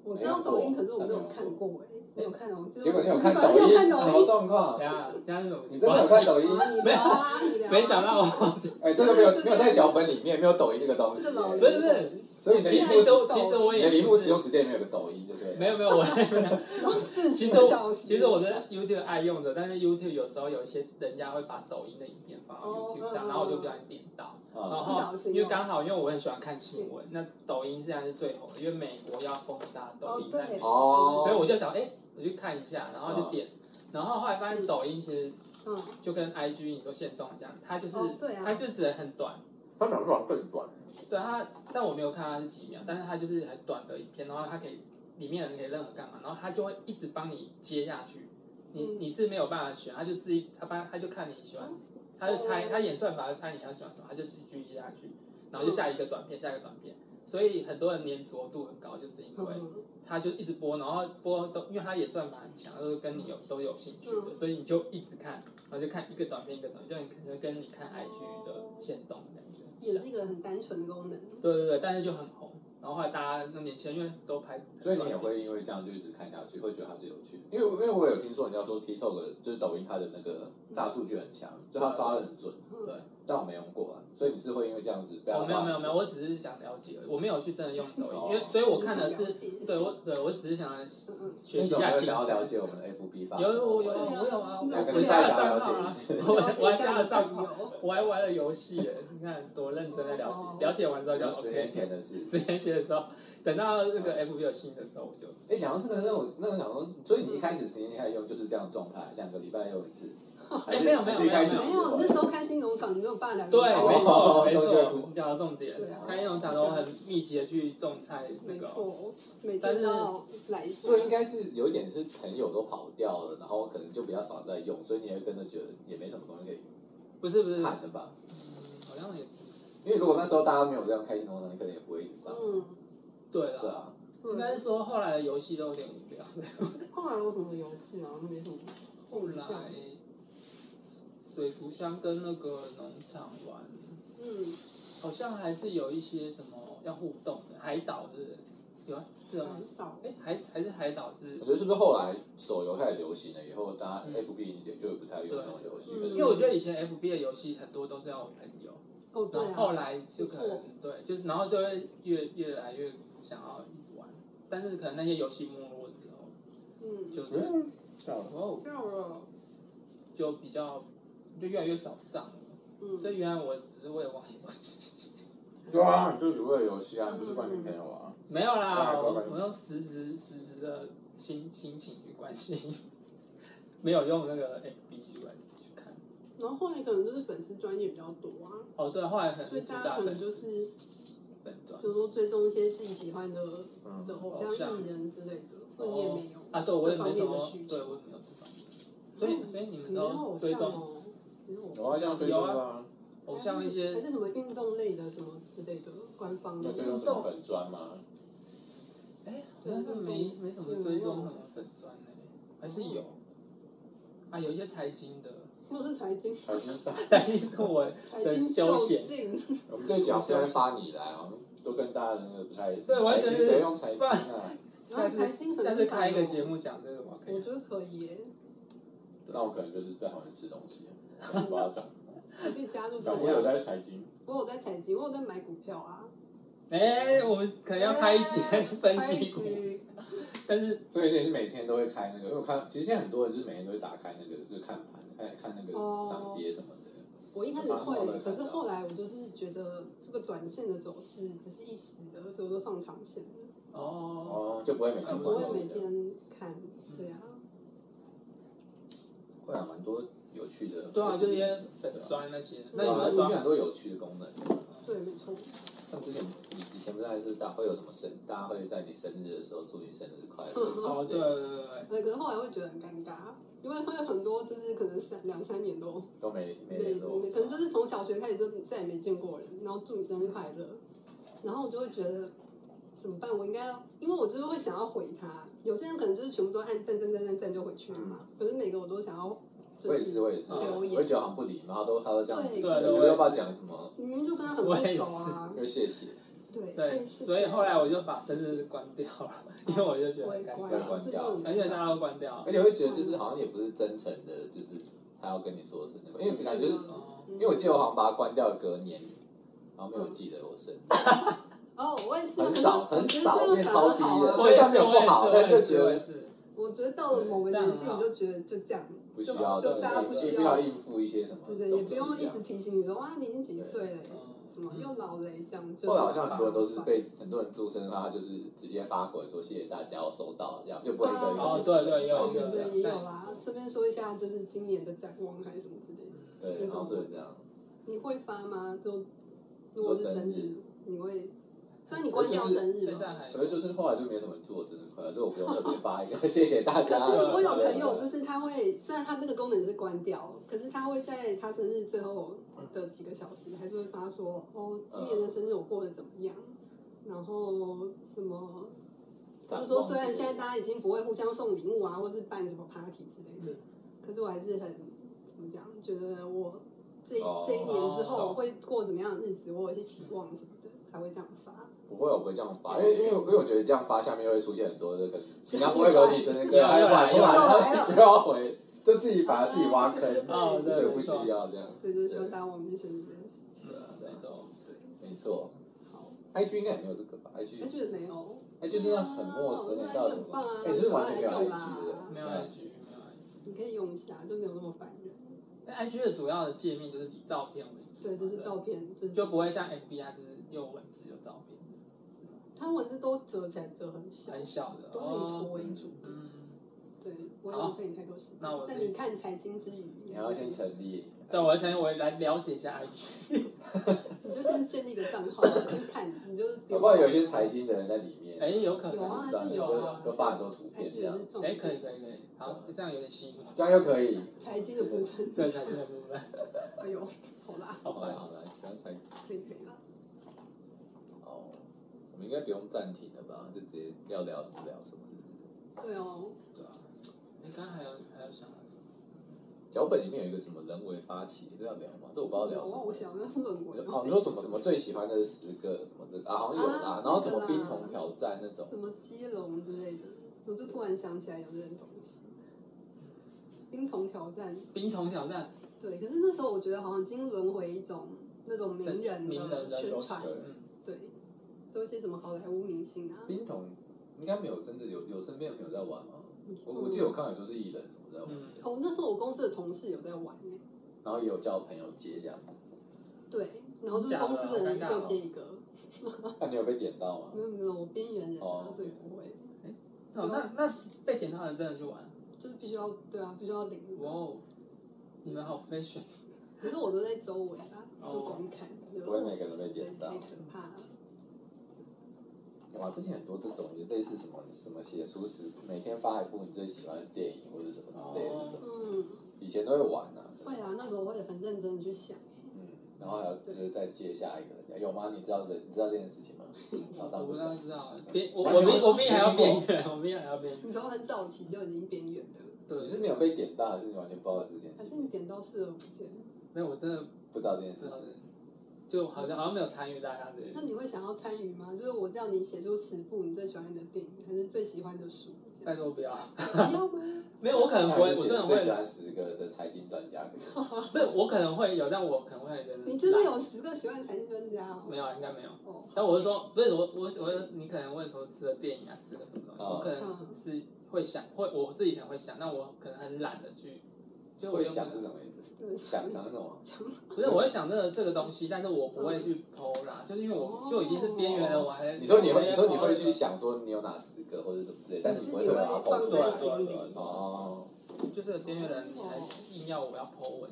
[SPEAKER 3] 我知道抖音，可是我没有看过哎、没有看哦、只
[SPEAKER 1] 结果你有
[SPEAKER 3] 我
[SPEAKER 1] 看
[SPEAKER 3] 反正
[SPEAKER 1] 抖音，
[SPEAKER 3] 没有看
[SPEAKER 1] 什么
[SPEAKER 3] 抖音。
[SPEAKER 1] 状况
[SPEAKER 2] 等？下，加啊这种
[SPEAKER 1] 哦你真的有看抖音？
[SPEAKER 3] 啊，你聊啊，你聊啊。
[SPEAKER 2] 没想到我
[SPEAKER 1] 哎，这个没有没有在脚本里面，没有抖音这个东
[SPEAKER 3] 是
[SPEAKER 1] 西
[SPEAKER 3] 个。老人。啊
[SPEAKER 2] 不是不是
[SPEAKER 1] 所以你的
[SPEAKER 2] 其
[SPEAKER 1] 荧
[SPEAKER 2] 实
[SPEAKER 1] 幕，
[SPEAKER 2] 我其实我
[SPEAKER 1] 你的
[SPEAKER 2] 也
[SPEAKER 1] 荧幕使用时间里面有个抖音，对不对？
[SPEAKER 2] 没有没有 我。
[SPEAKER 3] 然后四
[SPEAKER 2] 其
[SPEAKER 3] 十
[SPEAKER 2] 实
[SPEAKER 3] 个
[SPEAKER 2] 我
[SPEAKER 3] 小时。
[SPEAKER 2] 其实我是 YouTube 爱用的，但是 YouTube 有时候有一些人家会把抖音的影片放到
[SPEAKER 3] 哦
[SPEAKER 2] YouTube 上，
[SPEAKER 3] 嗯
[SPEAKER 2] 然后我就不小心点到，然
[SPEAKER 1] 啊，
[SPEAKER 3] 不小
[SPEAKER 2] 后
[SPEAKER 3] 心哦
[SPEAKER 2] 因为刚好因为我很喜欢看新闻，那抖音现在是最红的，因为美国要封杀抖音在美国，
[SPEAKER 1] 哦，
[SPEAKER 2] 所以我就想哎、我去看一下，然后
[SPEAKER 3] 哦
[SPEAKER 2] 就点，然后后来发现抖音其实
[SPEAKER 3] 嗯，
[SPEAKER 2] 就跟 IG 你说限动一样，它就是、
[SPEAKER 3] 哦对
[SPEAKER 2] 它
[SPEAKER 3] 啊，
[SPEAKER 2] 就只能很短，
[SPEAKER 4] 他秒数好像更短，
[SPEAKER 2] 对它，但我没有看它是几秒，但是它就是很短的影片，然后它可以里面人可以任何干嘛，然后它就会一直帮你接下去，你
[SPEAKER 3] 嗯
[SPEAKER 2] 你是没有办法选，它就自己它帮它就看你喜欢，它就猜
[SPEAKER 3] 哦
[SPEAKER 2] 它演算法就猜你要喜欢什么，它就继续接下去，然后
[SPEAKER 3] 嗯
[SPEAKER 2] 就下一个短片，下一个短片，所以很多人粘着度很高，就是因为
[SPEAKER 3] 嗯
[SPEAKER 2] 它就一直播，然后播都因为它演算法很强，都是跟你有
[SPEAKER 3] 嗯
[SPEAKER 2] 都有兴趣的，所以你就一直看，然后就看一个短片一个短片，就可能跟你看 IG 的限动感觉很像
[SPEAKER 3] 哦也。是一个很单纯的功能。
[SPEAKER 2] 对对对，但是就很红。然后后来大家那年轻人因为都拍，
[SPEAKER 1] 所以你也会因为这样就一直看下去，会觉得它是有趣的。因为因为我有听说人家说 TikTok 就是抖音它的那个大数据很强，就它抓的很准，
[SPEAKER 3] 嗯
[SPEAKER 1] 但我没用过啊，所以你是会因为这样子被它
[SPEAKER 2] 哦，没有没有没有，
[SPEAKER 1] 我
[SPEAKER 2] 我只是想了解而已，我没有去真的用抖
[SPEAKER 1] 哦
[SPEAKER 2] 音，因为所以我看的
[SPEAKER 3] 你想了
[SPEAKER 2] 是，
[SPEAKER 3] 解
[SPEAKER 2] 对我对我只是想要
[SPEAKER 3] 嗯嗯
[SPEAKER 2] 学
[SPEAKER 1] 你
[SPEAKER 2] 习
[SPEAKER 1] 有
[SPEAKER 2] 一
[SPEAKER 1] 没
[SPEAKER 2] 下
[SPEAKER 1] 有
[SPEAKER 2] 新
[SPEAKER 1] 想要了
[SPEAKER 2] 知
[SPEAKER 1] 解我们的 FB 发
[SPEAKER 2] 有有我有
[SPEAKER 3] 对啊
[SPEAKER 2] 我有啊，
[SPEAKER 3] 那
[SPEAKER 1] 我
[SPEAKER 2] 我
[SPEAKER 1] 跟
[SPEAKER 2] 加
[SPEAKER 1] 大
[SPEAKER 2] 了
[SPEAKER 1] 家想要
[SPEAKER 2] 账
[SPEAKER 1] 了
[SPEAKER 2] 号
[SPEAKER 1] 解一，
[SPEAKER 2] 啊
[SPEAKER 1] 次。
[SPEAKER 2] 我
[SPEAKER 3] 嗯了解
[SPEAKER 2] 我还
[SPEAKER 3] 一下
[SPEAKER 2] 加了
[SPEAKER 3] 你的
[SPEAKER 2] 账
[SPEAKER 3] 朋
[SPEAKER 2] 号，
[SPEAKER 3] 友
[SPEAKER 2] 我还玩了游戏耶，你看多认真在了
[SPEAKER 3] 哦
[SPEAKER 2] 解，了解完之后就
[SPEAKER 1] 就十年
[SPEAKER 2] OK。
[SPEAKER 1] 前的 事。
[SPEAKER 2] 十年前的时候，等到那个 FB 有新的时候，我就
[SPEAKER 3] 嗯
[SPEAKER 1] 哎，讲到这个，那我那我想说，所以你一开
[SPEAKER 2] 嗯
[SPEAKER 1] 始十年前开始用就是这样的状态，两个礼拜用一次，还是
[SPEAKER 2] 哦哎没有没有
[SPEAKER 1] 还是一开始
[SPEAKER 3] 没 有，那时候开心农场你没有办法聊。
[SPEAKER 2] 对，
[SPEAKER 1] 哦
[SPEAKER 2] 没错没
[SPEAKER 1] 都觉得
[SPEAKER 2] 错，你讲到重点
[SPEAKER 3] 对啊，
[SPEAKER 2] 开那种场都很密集的去种菜那
[SPEAKER 3] 没
[SPEAKER 2] 个。
[SPEAKER 3] 错，每
[SPEAKER 2] 但
[SPEAKER 3] 天
[SPEAKER 2] 是
[SPEAKER 3] 都要来一下
[SPEAKER 1] 所。以应该是有一点是朋友都跑掉了，然后可能就比较少在用，所以你也会跟着觉得也没什么东西可以
[SPEAKER 2] 不是不是，
[SPEAKER 1] 看的吧？
[SPEAKER 2] 好像也不是。
[SPEAKER 1] 因为如果那时候大家没有这样开心农场，你可能也不会一直上。
[SPEAKER 3] 嗯，
[SPEAKER 2] 对
[SPEAKER 1] 对
[SPEAKER 2] 啦，
[SPEAKER 1] 啊，
[SPEAKER 3] 对
[SPEAKER 2] 应该是说后来的游戏都有点无聊。
[SPEAKER 3] 后来我怎么游戏啊？没什么。
[SPEAKER 2] 后来水族箱跟那个农场玩，
[SPEAKER 3] 嗯，
[SPEAKER 2] 好像还是有一些什么要互动的，海岛是不是有啊是吗？
[SPEAKER 3] 很少。
[SPEAKER 2] 哎，还还是海岛是
[SPEAKER 1] 我，觉得是不是后来手游开始流行了以后，大家
[SPEAKER 2] 嗯
[SPEAKER 1] FB 也就不太用那种游戏了。
[SPEAKER 3] 对
[SPEAKER 2] 因为我觉得以前 FB 的游戏很多都是要有朋友，
[SPEAKER 3] 哦，
[SPEAKER 2] 然
[SPEAKER 3] 对
[SPEAKER 2] 后
[SPEAKER 3] 啊。
[SPEAKER 2] 后来就可
[SPEAKER 3] 没
[SPEAKER 2] 能对，就是然后就会越越来越想要玩，但是可能那些游戏没落之后，
[SPEAKER 3] 嗯，
[SPEAKER 2] 就是
[SPEAKER 4] 嗯，笑了。
[SPEAKER 2] 哦
[SPEAKER 3] 掉了。
[SPEAKER 2] 就比较就越来越少上了。
[SPEAKER 3] 嗯
[SPEAKER 2] 所。以原来我只是为了玩游戏，
[SPEAKER 4] 对啊，你就只为了游戏啊，你不是关女朋友啊。
[SPEAKER 2] 没有啦，
[SPEAKER 4] 啊
[SPEAKER 2] 我我用实质实质的心心情去关心， 没有用那个 FB 去关去看。
[SPEAKER 3] 然后后来可能就是粉丝专业比较多啊，
[SPEAKER 2] 哦，对，后来可能
[SPEAKER 3] 所以
[SPEAKER 2] 是主
[SPEAKER 3] 大家
[SPEAKER 2] 打
[SPEAKER 3] 可
[SPEAKER 2] 粉
[SPEAKER 3] 能
[SPEAKER 2] 丝
[SPEAKER 3] 就是
[SPEAKER 2] 粉专
[SPEAKER 3] 比如说追踪一些自己喜欢的
[SPEAKER 4] 嗯，
[SPEAKER 3] 的偶像艺人之类的，那你也没有
[SPEAKER 2] 啊，对我也
[SPEAKER 3] 这
[SPEAKER 2] 没
[SPEAKER 3] 方
[SPEAKER 2] 什
[SPEAKER 3] 面的
[SPEAKER 2] 么
[SPEAKER 3] 需，
[SPEAKER 2] 对
[SPEAKER 3] 求，嗯
[SPEAKER 2] 我也没有这方面。所以所以你们
[SPEAKER 3] 你没有偶
[SPEAKER 2] 都追
[SPEAKER 3] 像
[SPEAKER 2] 踪
[SPEAKER 3] 哦，没有偶像
[SPEAKER 4] 有啊，这样追踪啊，
[SPEAKER 2] 偶像一
[SPEAKER 3] 还
[SPEAKER 2] 些
[SPEAKER 3] 是什么运动类的什么之类的官方
[SPEAKER 4] 有
[SPEAKER 3] 的
[SPEAKER 4] 追，踪什么粉砖吗？
[SPEAKER 2] 哎，好像是没没什么追踪什么粉专的，还是有啊，有一些财经的，
[SPEAKER 3] 或是财经，
[SPEAKER 1] 财经大，
[SPEAKER 2] 才是我
[SPEAKER 3] 财经就近，
[SPEAKER 5] 我们就讲不要发你来，我们都跟大家那个不太
[SPEAKER 2] 对完全是
[SPEAKER 5] 财经谁用财经啊？
[SPEAKER 2] 下
[SPEAKER 3] 然后
[SPEAKER 2] 次
[SPEAKER 3] 财经很
[SPEAKER 2] 下次开一个节
[SPEAKER 3] 目，
[SPEAKER 2] 目讲这个嘛，可
[SPEAKER 3] 我
[SPEAKER 2] 以
[SPEAKER 3] 觉得可以耶，
[SPEAKER 1] 那我可能就是在旁边吃东西，不要讲。
[SPEAKER 3] 我可以加入财
[SPEAKER 1] 讲
[SPEAKER 3] 经
[SPEAKER 1] 我有在财经，
[SPEAKER 3] 我有在财经，我有在买股票啊，
[SPEAKER 2] 哎，我们可能要开一集开始分
[SPEAKER 3] 开
[SPEAKER 2] 析
[SPEAKER 3] 一
[SPEAKER 2] 股，
[SPEAKER 3] 局
[SPEAKER 2] 但是
[SPEAKER 1] 所以这也是每天都会开那个，因为我看其实现在很多人就是每天都会打开那个，就是看盘，看看那个
[SPEAKER 3] 哦
[SPEAKER 1] 涨跌什么的。
[SPEAKER 3] 我一开始
[SPEAKER 1] 我常常会
[SPEAKER 3] 会，
[SPEAKER 1] 看到
[SPEAKER 3] 可是后来我就是觉得这个短线的走势只是一时的，所以我都放长线的，
[SPEAKER 2] 哦，
[SPEAKER 1] 哦，就不会每
[SPEAKER 2] 嗯
[SPEAKER 1] 天
[SPEAKER 3] 不
[SPEAKER 1] 关
[SPEAKER 3] 会
[SPEAKER 1] 注
[SPEAKER 3] 每
[SPEAKER 1] 的。
[SPEAKER 3] 天看，对啊，
[SPEAKER 1] 会啊，蛮多有趣的。
[SPEAKER 2] 对啊，就是一些粉酸那些，那
[SPEAKER 1] 那
[SPEAKER 2] 你
[SPEAKER 1] 你
[SPEAKER 2] 们
[SPEAKER 1] 们
[SPEAKER 2] 刷
[SPEAKER 1] 刷很多啊有趣的功能，
[SPEAKER 3] 对，没错，
[SPEAKER 1] 像之前
[SPEAKER 2] 嗯
[SPEAKER 1] 以前不是还是大会有什么生，大家会在你生日的时候祝你生日快乐。
[SPEAKER 3] 嗯
[SPEAKER 2] 哦，对对对对，
[SPEAKER 3] 对，可是后来会觉得很尴尬，因为会有很多就是可能三两三年
[SPEAKER 2] 嗯
[SPEAKER 3] 都
[SPEAKER 1] 都没没
[SPEAKER 3] 没
[SPEAKER 1] 联络
[SPEAKER 3] 没，可能就是从小学开始就再也没见过人，然后祝你生日快乐，然后我就会觉得怎么办？我应该要，因为我就是会想要回他，有些人可能就是全部都按赞赞赞赞赞就回去了
[SPEAKER 2] 嗯
[SPEAKER 3] 嘛，可是每个我都想要
[SPEAKER 1] 我
[SPEAKER 3] 就
[SPEAKER 1] 也是
[SPEAKER 3] 是。
[SPEAKER 1] 我也是，
[SPEAKER 3] 留
[SPEAKER 1] 我
[SPEAKER 3] 言
[SPEAKER 1] 也觉得好像不礼貌，都他都这样，
[SPEAKER 3] 对
[SPEAKER 1] 我
[SPEAKER 2] 对
[SPEAKER 1] 不要不要讲什么，
[SPEAKER 3] 明明就跟他很不熟啊，
[SPEAKER 1] 就谢谢，
[SPEAKER 3] 对，
[SPEAKER 2] 对，
[SPEAKER 3] 但是
[SPEAKER 2] 所以后来我就把生日关掉了，因为我就觉得
[SPEAKER 3] 哎我也
[SPEAKER 2] 很尴
[SPEAKER 3] 关
[SPEAKER 2] 尬，
[SPEAKER 1] 对关
[SPEAKER 3] 了，这
[SPEAKER 1] 掉
[SPEAKER 3] 就很
[SPEAKER 2] 而且大家都关掉
[SPEAKER 1] 而，且会觉得就是好像也不是真诚的，就是他要跟你说是那个，因为感觉就是
[SPEAKER 2] 哦，
[SPEAKER 3] 因
[SPEAKER 1] 因为我记得我好像把它关掉隔年，然后没
[SPEAKER 3] 嗯
[SPEAKER 1] 有记得我生日，
[SPEAKER 3] 哦，我也是啊
[SPEAKER 1] 很少
[SPEAKER 3] 可
[SPEAKER 1] 很
[SPEAKER 3] 是
[SPEAKER 1] 少，
[SPEAKER 3] 我
[SPEAKER 1] 因为
[SPEAKER 3] 觉得这个
[SPEAKER 1] 超
[SPEAKER 3] 反
[SPEAKER 1] 低
[SPEAKER 3] 而
[SPEAKER 1] 的，
[SPEAKER 3] 好啊。
[SPEAKER 1] 所以但没有不好，
[SPEAKER 2] 我也
[SPEAKER 1] 但
[SPEAKER 2] 是
[SPEAKER 1] 就觉
[SPEAKER 2] 我也
[SPEAKER 1] 得
[SPEAKER 2] 是
[SPEAKER 3] 我觉得到了某个年纪，
[SPEAKER 2] 对
[SPEAKER 3] 我就觉得就这啊样，
[SPEAKER 1] 不需要，
[SPEAKER 3] 就
[SPEAKER 1] 就是
[SPEAKER 3] 大家不需
[SPEAKER 1] 也不
[SPEAKER 3] 要
[SPEAKER 1] 要应付一些什么
[SPEAKER 3] 对
[SPEAKER 1] 东
[SPEAKER 3] 不
[SPEAKER 1] 西
[SPEAKER 3] 对？
[SPEAKER 1] 样，
[SPEAKER 3] 也不用一直提醒你说哇，你已经几岁了，
[SPEAKER 2] 嗯
[SPEAKER 3] 哎什么又老了，这样就
[SPEAKER 1] 后来好像很多人都是被很多人祝生日，他就是直接发滚说谢谢大家，我收到了，这样就不会一个人
[SPEAKER 3] 哦
[SPEAKER 1] 去
[SPEAKER 2] 对对
[SPEAKER 3] 哦
[SPEAKER 2] 有
[SPEAKER 3] 对
[SPEAKER 2] 有
[SPEAKER 3] 对也有啦。顺便说一下，就是今年的展望还是哦什么之
[SPEAKER 2] 嗯
[SPEAKER 3] 类的，
[SPEAKER 1] 对，然后只能这样。
[SPEAKER 3] 你会发吗？就如果是生
[SPEAKER 1] 生
[SPEAKER 3] 日
[SPEAKER 1] 日，
[SPEAKER 3] 你会？虽然你关掉
[SPEAKER 1] 我就是
[SPEAKER 3] 生日
[SPEAKER 2] 现在
[SPEAKER 3] 嘛，
[SPEAKER 2] 还
[SPEAKER 1] 可是就是后来就没什么人祝我生日快乐，所以我不用特别发一个 谢谢大
[SPEAKER 3] 可
[SPEAKER 1] 家。
[SPEAKER 3] 是我有朋友，
[SPEAKER 1] 啊对
[SPEAKER 3] 就是他会，虽然他这个功能是关掉，可是他会在他生日最后的几个小时，还是会发说：“哦，今年的生日我过得怎么样？”然后什么，就是说虽然现在大家已经不会互相送礼物啊，或是办什么 party 之类
[SPEAKER 1] 嗯
[SPEAKER 3] 的，可是我还是很怎么讲，觉得我这一
[SPEAKER 1] 哦
[SPEAKER 3] 这一年之后
[SPEAKER 2] 懂
[SPEAKER 3] 我会过怎么样的日子，我有一些期望什么的，才会这样发。
[SPEAKER 1] 不会，我不会这样发，因 为因为因为我觉得这样发下面又会出现很多的可能，人家不会留你生日歌，他
[SPEAKER 2] 又来
[SPEAKER 1] 突然
[SPEAKER 3] 又来了
[SPEAKER 1] 他又 要回，就自己把自己挖坑，
[SPEAKER 2] 啊哦
[SPEAKER 1] 就
[SPEAKER 2] 对
[SPEAKER 1] 觉得不需要这样。
[SPEAKER 3] 所以就是希望大家忘记生日这件事情。
[SPEAKER 2] 没错，
[SPEAKER 1] 没错
[SPEAKER 3] 好，
[SPEAKER 1] ，IG 应该也没有这个吧
[SPEAKER 3] 他
[SPEAKER 1] ？IG
[SPEAKER 3] 觉得没有。
[SPEAKER 1] IG 哎真的很陌生，你知道什么
[SPEAKER 3] 啊？
[SPEAKER 1] 哎，你是不是完全没有啊 IG 的，
[SPEAKER 2] 没有 IG 没有 IG。
[SPEAKER 3] 你可以用一下，就没有那么烦人。
[SPEAKER 2] 那 IG 的主要的界面就是以照片为主，
[SPEAKER 3] 对，就是照片，就是
[SPEAKER 2] 就不会像 FB 它就是有文字有照片，
[SPEAKER 3] 它文字都折起来折很小，
[SPEAKER 2] 很小的。
[SPEAKER 3] 都是以图
[SPEAKER 2] 哦，
[SPEAKER 3] 为主的。
[SPEAKER 2] 嗯，
[SPEAKER 3] 对，我也浪费你太多时
[SPEAKER 2] 那我
[SPEAKER 3] 间。在你看财经之余，
[SPEAKER 1] 你要先成立，
[SPEAKER 2] 对，我想我来了解一下 IG。
[SPEAKER 3] 你就先建立一个账号，先看，你就是比
[SPEAKER 1] 搞
[SPEAKER 3] 如
[SPEAKER 1] 不好有一些财经的人在里面，
[SPEAKER 2] 哎，有可
[SPEAKER 3] 有
[SPEAKER 2] 能
[SPEAKER 3] 啊，，还
[SPEAKER 1] 赚
[SPEAKER 3] 是
[SPEAKER 1] 的
[SPEAKER 3] 有啊
[SPEAKER 1] 就，就发很多图
[SPEAKER 3] IG
[SPEAKER 1] 片这
[SPEAKER 3] 也
[SPEAKER 1] 样
[SPEAKER 3] 是，重
[SPEAKER 2] 哎，
[SPEAKER 3] 点，
[SPEAKER 2] 可以可以可以，好，这样有点吸引我。
[SPEAKER 1] 这样又可以。
[SPEAKER 3] 财经的部分。
[SPEAKER 2] 对， 才这个部分。
[SPEAKER 3] 哎呦，好啦，
[SPEAKER 2] 好
[SPEAKER 1] 好了
[SPEAKER 2] 吧，
[SPEAKER 1] 好了，喜欢财经。
[SPEAKER 3] 可以可以啦。
[SPEAKER 1] 哦，我们应该不用暂停了吧？就直接要聊什么聊什么，是不是？
[SPEAKER 3] 对哦，
[SPEAKER 2] 对啊。你刚刚还有还有想到什么？
[SPEAKER 1] 脚本里面有一个什么人为发起，这要聊吗？这我不知道聊什
[SPEAKER 3] 我我
[SPEAKER 1] 么。
[SPEAKER 3] 想要论文
[SPEAKER 1] 哦，你说什么什么最喜欢的十个什么这个啊，好像有啦
[SPEAKER 3] 啊，
[SPEAKER 1] 然后什么冰桶挑战那种，
[SPEAKER 3] 什么接龙之类的，我就突然想起来有这种东西。冰桶挑战，
[SPEAKER 2] 冰桶挑战，
[SPEAKER 3] 对，可是那时候我觉得好像已经沦为一种那种名人
[SPEAKER 2] 名人
[SPEAKER 3] 的
[SPEAKER 2] 的
[SPEAKER 3] 宣
[SPEAKER 2] 游
[SPEAKER 3] 传，
[SPEAKER 1] 对
[SPEAKER 2] 嗯，
[SPEAKER 3] 对，都一些什么好莱坞明星啊，
[SPEAKER 1] 冰桶应该没有真的有有身边的朋友在玩吗？我
[SPEAKER 3] 嗯
[SPEAKER 1] 我记得我看到有都是艺人什么在玩，
[SPEAKER 2] 嗯
[SPEAKER 3] 哦，那时候我公司的同事有在玩哎、
[SPEAKER 1] 然后也有叫朋友接这样子。
[SPEAKER 3] 对，然后就是公司的人一
[SPEAKER 1] 哦
[SPEAKER 3] 个接一个，
[SPEAKER 1] 那你有被点到吗
[SPEAKER 3] 没？有没有，我边缘人啊，
[SPEAKER 1] 哦
[SPEAKER 3] 所以不会，
[SPEAKER 2] 哦那那被点到的人真的去玩，
[SPEAKER 3] 就是必须要对啊，必须要领悟
[SPEAKER 2] 哇，哦，你们好 fashion，
[SPEAKER 3] 可是我都在周围啊，就
[SPEAKER 2] 哦
[SPEAKER 3] 光看，就
[SPEAKER 1] 不会每个人被点到
[SPEAKER 3] 太可怕了，
[SPEAKER 1] 有啊，之前很多这种，类似什么什么写书时，每天发一部你最喜欢的电影或者什么之类
[SPEAKER 2] 哦
[SPEAKER 1] 的这种，
[SPEAKER 3] 嗯，
[SPEAKER 1] 以前都会玩啊。
[SPEAKER 3] 会啊，那时候我会很认真的去想。
[SPEAKER 1] 嗯，然后还要就是再接下一个，有吗？你知道的，你知道这件事情 吗？然后
[SPEAKER 2] 我
[SPEAKER 1] 当不
[SPEAKER 2] 不知
[SPEAKER 1] 知
[SPEAKER 2] 道
[SPEAKER 1] 道。
[SPEAKER 2] 知道，边我我比我比你还要边缘，我比你还要边缘。
[SPEAKER 3] 你从很早期就已经边缘的，
[SPEAKER 2] 对
[SPEAKER 1] 你是没有被点到，还是你完全不知道这件
[SPEAKER 3] 还
[SPEAKER 1] 事
[SPEAKER 3] 是你
[SPEAKER 1] 情？
[SPEAKER 3] 点到视而不见？
[SPEAKER 2] 没有，我真的
[SPEAKER 1] 不知道这件
[SPEAKER 2] 不
[SPEAKER 1] 事
[SPEAKER 2] 知道
[SPEAKER 1] 情，，
[SPEAKER 2] 就好像好像没有参与大家的。
[SPEAKER 3] 那你会想要参与吗？就是我叫你写出十部你最喜欢的电影，还是最喜欢的书？这
[SPEAKER 2] 拜
[SPEAKER 3] 样
[SPEAKER 2] 托不要，
[SPEAKER 1] 呃
[SPEAKER 3] 你 要吗？
[SPEAKER 2] 没有，我可能不
[SPEAKER 1] 还
[SPEAKER 2] 会，
[SPEAKER 1] 是
[SPEAKER 2] 我
[SPEAKER 1] 其实
[SPEAKER 2] 真的
[SPEAKER 1] 最喜
[SPEAKER 2] 会，
[SPEAKER 1] 欢十个的财经专家，可以
[SPEAKER 2] 不是，我可能会有，但我可能会真的。
[SPEAKER 3] 你真的有十个喜欢的财经专家哦？
[SPEAKER 2] 没有啊，应该没有。
[SPEAKER 3] 哦，
[SPEAKER 2] 但我是说，不是我我我，你可能问什么吃的电影啊，吃的什么东西，
[SPEAKER 1] 哦
[SPEAKER 2] 我可能是会想，会我自己可能会想，那我可能很懒得去，就我
[SPEAKER 1] 会
[SPEAKER 2] 就
[SPEAKER 1] 想是什么意思？
[SPEAKER 3] 对不起
[SPEAKER 1] 想想是什么？
[SPEAKER 2] 不是我会想这个这个东西，但是我不会去剖啦，就是因为
[SPEAKER 3] 哦
[SPEAKER 2] 我就已经是边缘了，我还
[SPEAKER 1] 你说你
[SPEAKER 2] 我
[SPEAKER 1] 会，
[SPEAKER 2] 还
[SPEAKER 1] 你说你
[SPEAKER 2] po
[SPEAKER 1] 会
[SPEAKER 2] 了
[SPEAKER 1] 去想说你有哪十个或者什么之类，但你不会
[SPEAKER 3] 自己
[SPEAKER 1] 把
[SPEAKER 3] 会
[SPEAKER 1] 它抛出
[SPEAKER 3] 放在
[SPEAKER 1] 来。
[SPEAKER 3] 心里
[SPEAKER 1] 哦，
[SPEAKER 2] 就是边缘人，你还硬要我要剖 文，